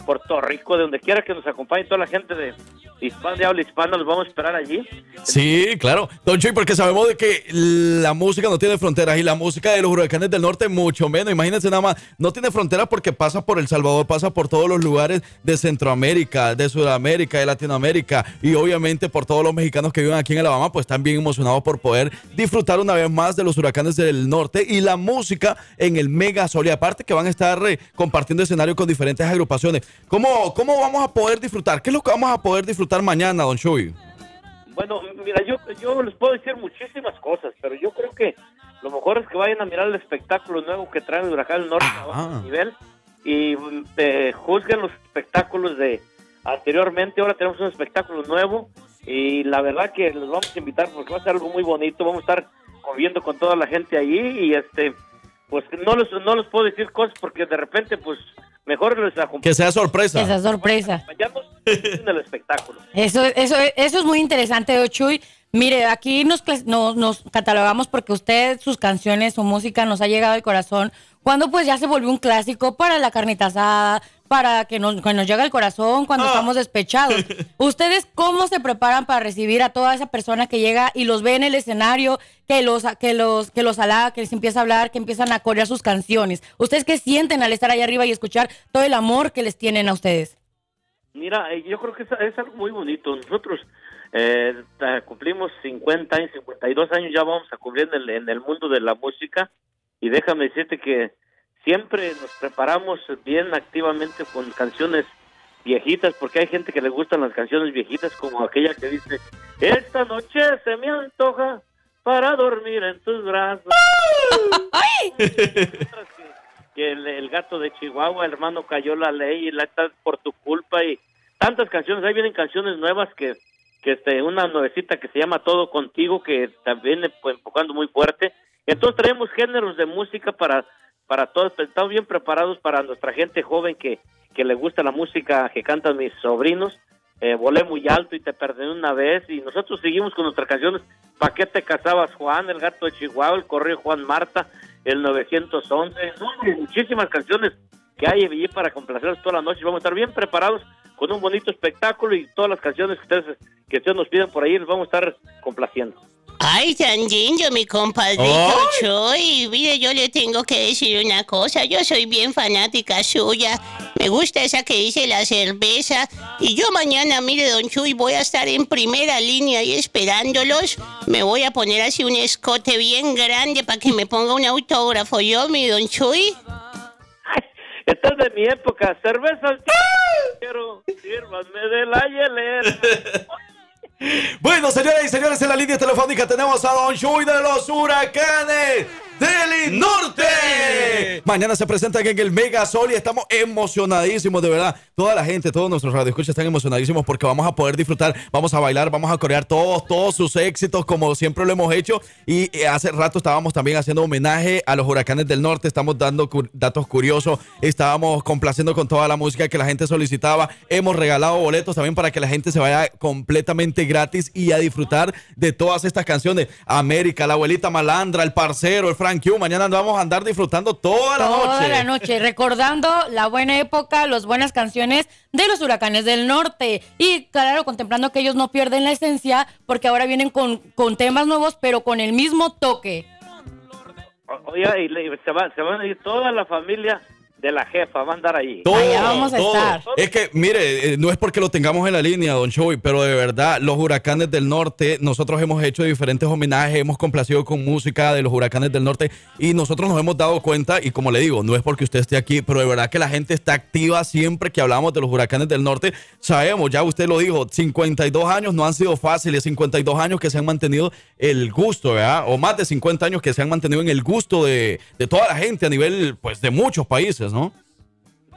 Puerto Rico, de donde quiera que nos acompañe, toda la gente de hispana, de habla hispana, los vamos a esperar allí. Sí, claro. Don Chuy, porque sabemos de que la música no tiene fronteras y la música de los huracanes del norte mucho menos. Imagínense nada más, no tiene fronteras porque pasa por El Salvador, pasa por todos los lugares de Centroamérica, de Sudamérica, de Latinoamérica y obviamente por todos los mexicanos que viven aquí en Alabama, pues están bien emocionados por poder disfrutar una vez más de los huracanes del norte y la música en el Mega Sol. Y aparte que van a estar eh, compartiendo escenario con diferentes agrupaciones. ¿Cómo, ¿Cómo vamos a poder disfrutar? ¿Qué es lo que vamos a poder disfrutar mañana, Don Chuy? Bueno, mira, yo, yo les puedo decir muchísimas cosas, pero yo creo que lo mejor es que vayan a mirar el espectáculo nuevo que trae el Huracán del Norte a otro nivel y mm, eh, juzguen los espectáculos de anteriormente. Ahora tenemos un espectáculo nuevo y la verdad que los vamos a invitar porque va a ser algo muy bonito. Vamos a estar conviviendo con toda la gente allí y este, pues no les, no les puedo decir cosas porque de repente, pues mejor les acompañamos Que sea sorpresa. Chuy! Esa sorpresa. en el espectáculo. Eso, eso, eso es muy interesante, Don Chuy. Mire, aquí nos, clas- no- nos catalogamos porque usted, sus canciones, su música nos ha llegado al corazón. Cuando pues ya se volvió un clásico para la carnita asada, para que nos, que nos llegue al corazón, cuando estamos despechados. ¿Ustedes cómo se preparan para recibir a toda esa persona que llega y los ve en el escenario, que los, que los, que los alaba, que les empieza a hablar, que empiezan a corear sus canciones? ¿Ustedes qué sienten al estar allá arriba y escuchar todo el amor que les tienen a ustedes? Mira, eh, yo creo que es, es algo muy bonito. Nosotros eh, ta- cumplimos 50 años, 52 años ya vamos a cubrir en el, en el mundo de la música y déjame decirte que siempre nos preparamos bien activamente con canciones viejitas porque hay gente que le gustan las canciones viejitas como aquella que dice Esta noche se me antoja para dormir en tus brazos. que el, el gato de Chihuahua, hermano, cayó la ley y la está por tu culpa y tantas canciones. Ahí vienen canciones nuevas que, que este, una nuevecita que se llama Todo Contigo, que también eh, pues, enfocando muy fuerte. Entonces traemos géneros de música para, para todos. pero Estamos bien preparados para nuestra gente joven que, que le gusta la música que cantan mis sobrinos. Eh, volé muy alto y te perdí una vez y nosotros seguimos con nuestras canciones. ¿Para qué te casabas, Juan? El gato de Chihuahua, el correo Juan Marta, el 911. No, hombre, muchísimas canciones que hay allí para complacerlos toda la noche. Vamos a estar bien preparados con un bonito espectáculo y todas las canciones que ustedes, que ustedes nos pidan por ahí, les vamos a estar complaciendo. Ay, tan lindo, mi compadrito Ay. Chuy. Mire, yo le tengo que decir una cosa. Yo soy bien fanática suya. Me gusta esa que dice la cerveza. Y yo mañana, mire, don Chuy, voy a estar en primera línea ahí esperándolos. Me voy a poner así un escote bien grande para que me ponga un autógrafo yo, mi don Chuy. Esta es de mi época, cerveza al tío, quiero, sírvanme de la hielera. Bueno, señoras y señores, en la línea telefónica tenemos a Don Chuy de los Huracanes. del Norte. Mañana se presenta en el Mega Sol y estamos emocionadísimos, de verdad. Toda la gente, todos nuestros radioescuchas están emocionadísimos porque vamos a poder disfrutar, vamos a bailar, vamos a corear todos, todos sus éxitos como siempre lo hemos hecho. Y eh, hace rato estábamos también haciendo homenaje a los huracanes del norte, estamos dando cu- datos curiosos, estábamos complaciendo con toda la música que la gente solicitaba. Hemos regalado boletos también para que la gente se vaya completamente gratis y a disfrutar de todas estas canciones. América, la abuelita malandra, el parcero, el Frank Q. Mañana vamos a andar disfrutando toda la Toda noche. la noche, recordando la buena época, las buenas canciones de los huracanes del norte. Y claro, contemplando que ellos no pierden la esencia, porque ahora vienen con, con temas nuevos, pero con el mismo toque. O- Oiga, y le- se, va- se van a ir toda la familia de la jefa, va a andar ahí. Todo, todo. Es que, mire, eh, no es porque lo tengamos en la línea, Don Chuy, pero de verdad, los huracanes del norte, nosotros hemos hecho diferentes homenajes, hemos complacido con música de los huracanes del norte y nosotros nos hemos dado cuenta, y como le digo, no es porque usted esté aquí, pero de verdad que la gente está activa siempre que hablamos de los huracanes del norte. Sabemos, ya usted lo dijo, 52 años no han sido fáciles, 52 años que se han mantenido el gusto, ¿verdad? O más de 50 años que se han mantenido en el gusto de, de toda la gente a nivel, pues, de muchos países, ¿no?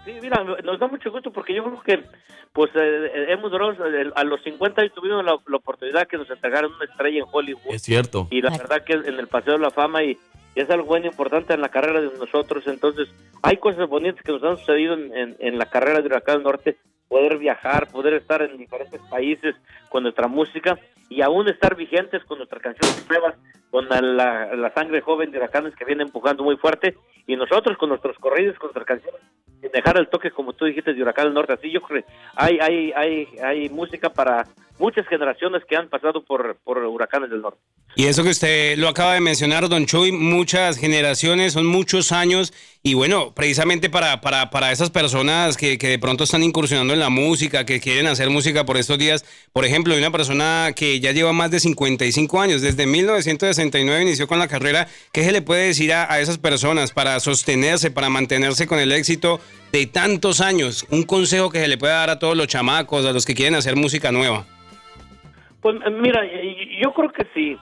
Sí, mira, nos da mucho gusto porque yo creo que pues eh, eh, hemos durado, eh, a los 50 años tuvimos la, la oportunidad que nos entregaron una estrella en Hollywood. Es cierto. Y la verdad que en el Paseo de la Fama y, y es algo muy importante en la carrera de nosotros. Entonces, hay cosas bonitas que nos han sucedido en, en- en la carrera de Huracán del Norte. Poder viajar, poder estar en diferentes países con nuestra música y aún estar vigentes con nuestras canciones nuevas, con la, la- la sangre joven de Huracanes que viene empujando muy fuerte y nosotros con nuestros corridos, con nuestras canciones sin dejar el toque, como tú dijiste, de Huracán del Norte. Así yo creo que hay, hay, hay, hay música para muchas generaciones que han pasado por, por Huracanes del Norte. Y eso que usted lo acaba de mencionar, Don Chuy, muchas generaciones, son muchos años. Y bueno, precisamente para, para, para esas personas que, que de pronto están incursionando en la música, que quieren hacer música por estos días, por ejemplo, hay una persona que ya lleva más de 55 años, desde 1969 inició con la carrera, ¿qué se le puede decir a, a esas personas para sostenerse, para mantenerse con el éxito de tantos años? Un consejo que se le pueda dar a todos los chamacos, a los que quieren hacer música nueva. Pues eh, mira, eh, yo creo que sí.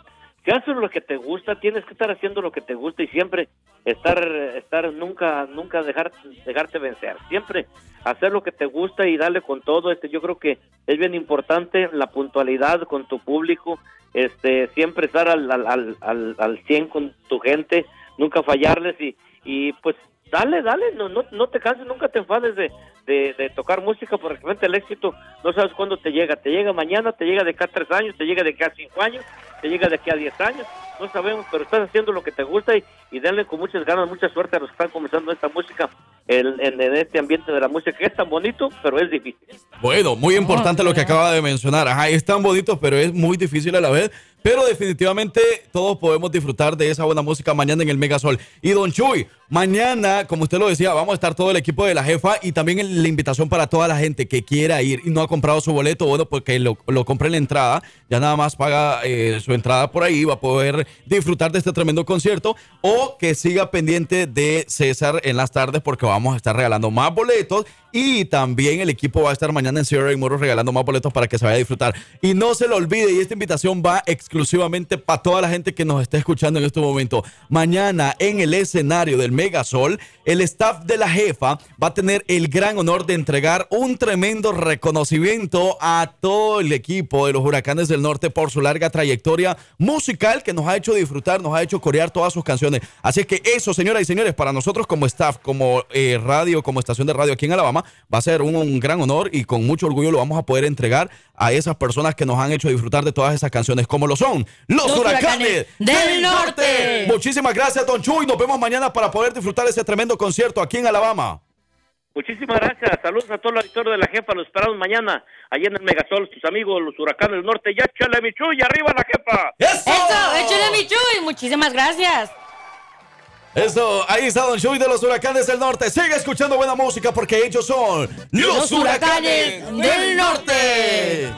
Si haces lo que te gusta, tienes que estar haciendo lo que te gusta y siempre estar, eh, estar nunca, nunca dejar, dejarte vencer. Siempre hacer lo que te gusta y darle con todo. Este, yo creo que es bien importante la puntualidad con tu público. Este, siempre estar al, al, al, al, al 100 con tu gente, nunca fallarles y, y pues dale, dale, no, no, no te canses, nunca te enfades de, de, de tocar música, porque realmente el éxito no sabes cuándo te llega, te llega mañana, te llega de acá a tres años, te llega de acá a cinco años, te llega de aquí a diez años, no sabemos, pero estás haciendo lo que te gusta y, y denle con muchas ganas, mucha suerte a los que están comenzando esta música, el- en, en este ambiente de la música, que es tan bonito, pero es difícil. Bueno, muy importante lo que acaba de mencionar. Ajá, es tan bonito, pero es muy difícil a la vez. Pero definitivamente todos podemos disfrutar de esa buena música mañana en el Megasol. Y Don Chuy, mañana, como usted lo decía, vamos a estar todo el equipo de la jefa y también el- la invitación para toda la gente que quiera ir y no ha comprado su boleto, bueno, porque lo, lo compre en la entrada, ya nada más paga eh, su entrada por ahí, va a poder disfrutar de este tremendo concierto o que siga pendiente de César en las tardes porque vamos a estar regalando más boletos y también el equipo va a estar mañana en Sierra y Moros regalando más boletos para que se vaya a disfrutar. Y no se lo olvide, y esta invitación va exclusivamente para toda la gente que nos está escuchando en este momento. Mañana en el escenario del Megasol, el staff de la jefa va a tener el gran honor de entregar un tremendo reconocimiento a todo el equipo de los Huracanes del Norte por su larga trayectoria musical que nos ha hecho disfrutar, nos ha hecho corear todas sus canciones. Así es que eso, señoras y señores, para nosotros como staff, como eh, radio, como estación de radio aquí en Alabama, va a ser un, un gran honor y con mucho orgullo lo vamos a poder entregar a esas personas que nos han hecho disfrutar de todas esas canciones, como lo son los, Los huracanes, Huracanes del Norte. Muchísimas gracias, Don Chuy. Nos vemos mañana para poder disfrutar ese tremendo concierto aquí en Alabama. Muchísimas gracias, saludos a todo el auditorio de la jefa, los esperamos mañana, allá en el Megasol, sus amigos, los huracanes del norte, ya chale mi chuy, arriba la jefa. ¡Oh! ¡Eso! ¡Échale mi Chuy! Muchísimas gracias. Eso, ahí está Don Chuy de los Huracanes del Norte. Sigue escuchando buena música porque ellos son Los Huracanes del Norte.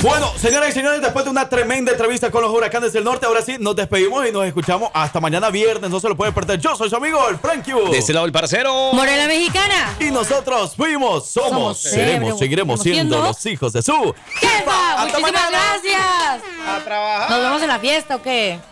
Bueno, señoras y señores, después de una tremenda entrevista con los Huracanes del Norte, ahora sí nos despedimos y nos escuchamos hasta mañana viernes. No se lo puede perder. Yo soy su amigo, el Frankie. De este lado, el parcero. Morena Mexicana. Y nosotros fuimos, somos, Somos, seremos, seremos, seguiremos siendo, siendo los hijos de su. ¡Jefa! ¡Muchísimas gracias! A trabajar. ¿Nos vemos en la fiesta o qué?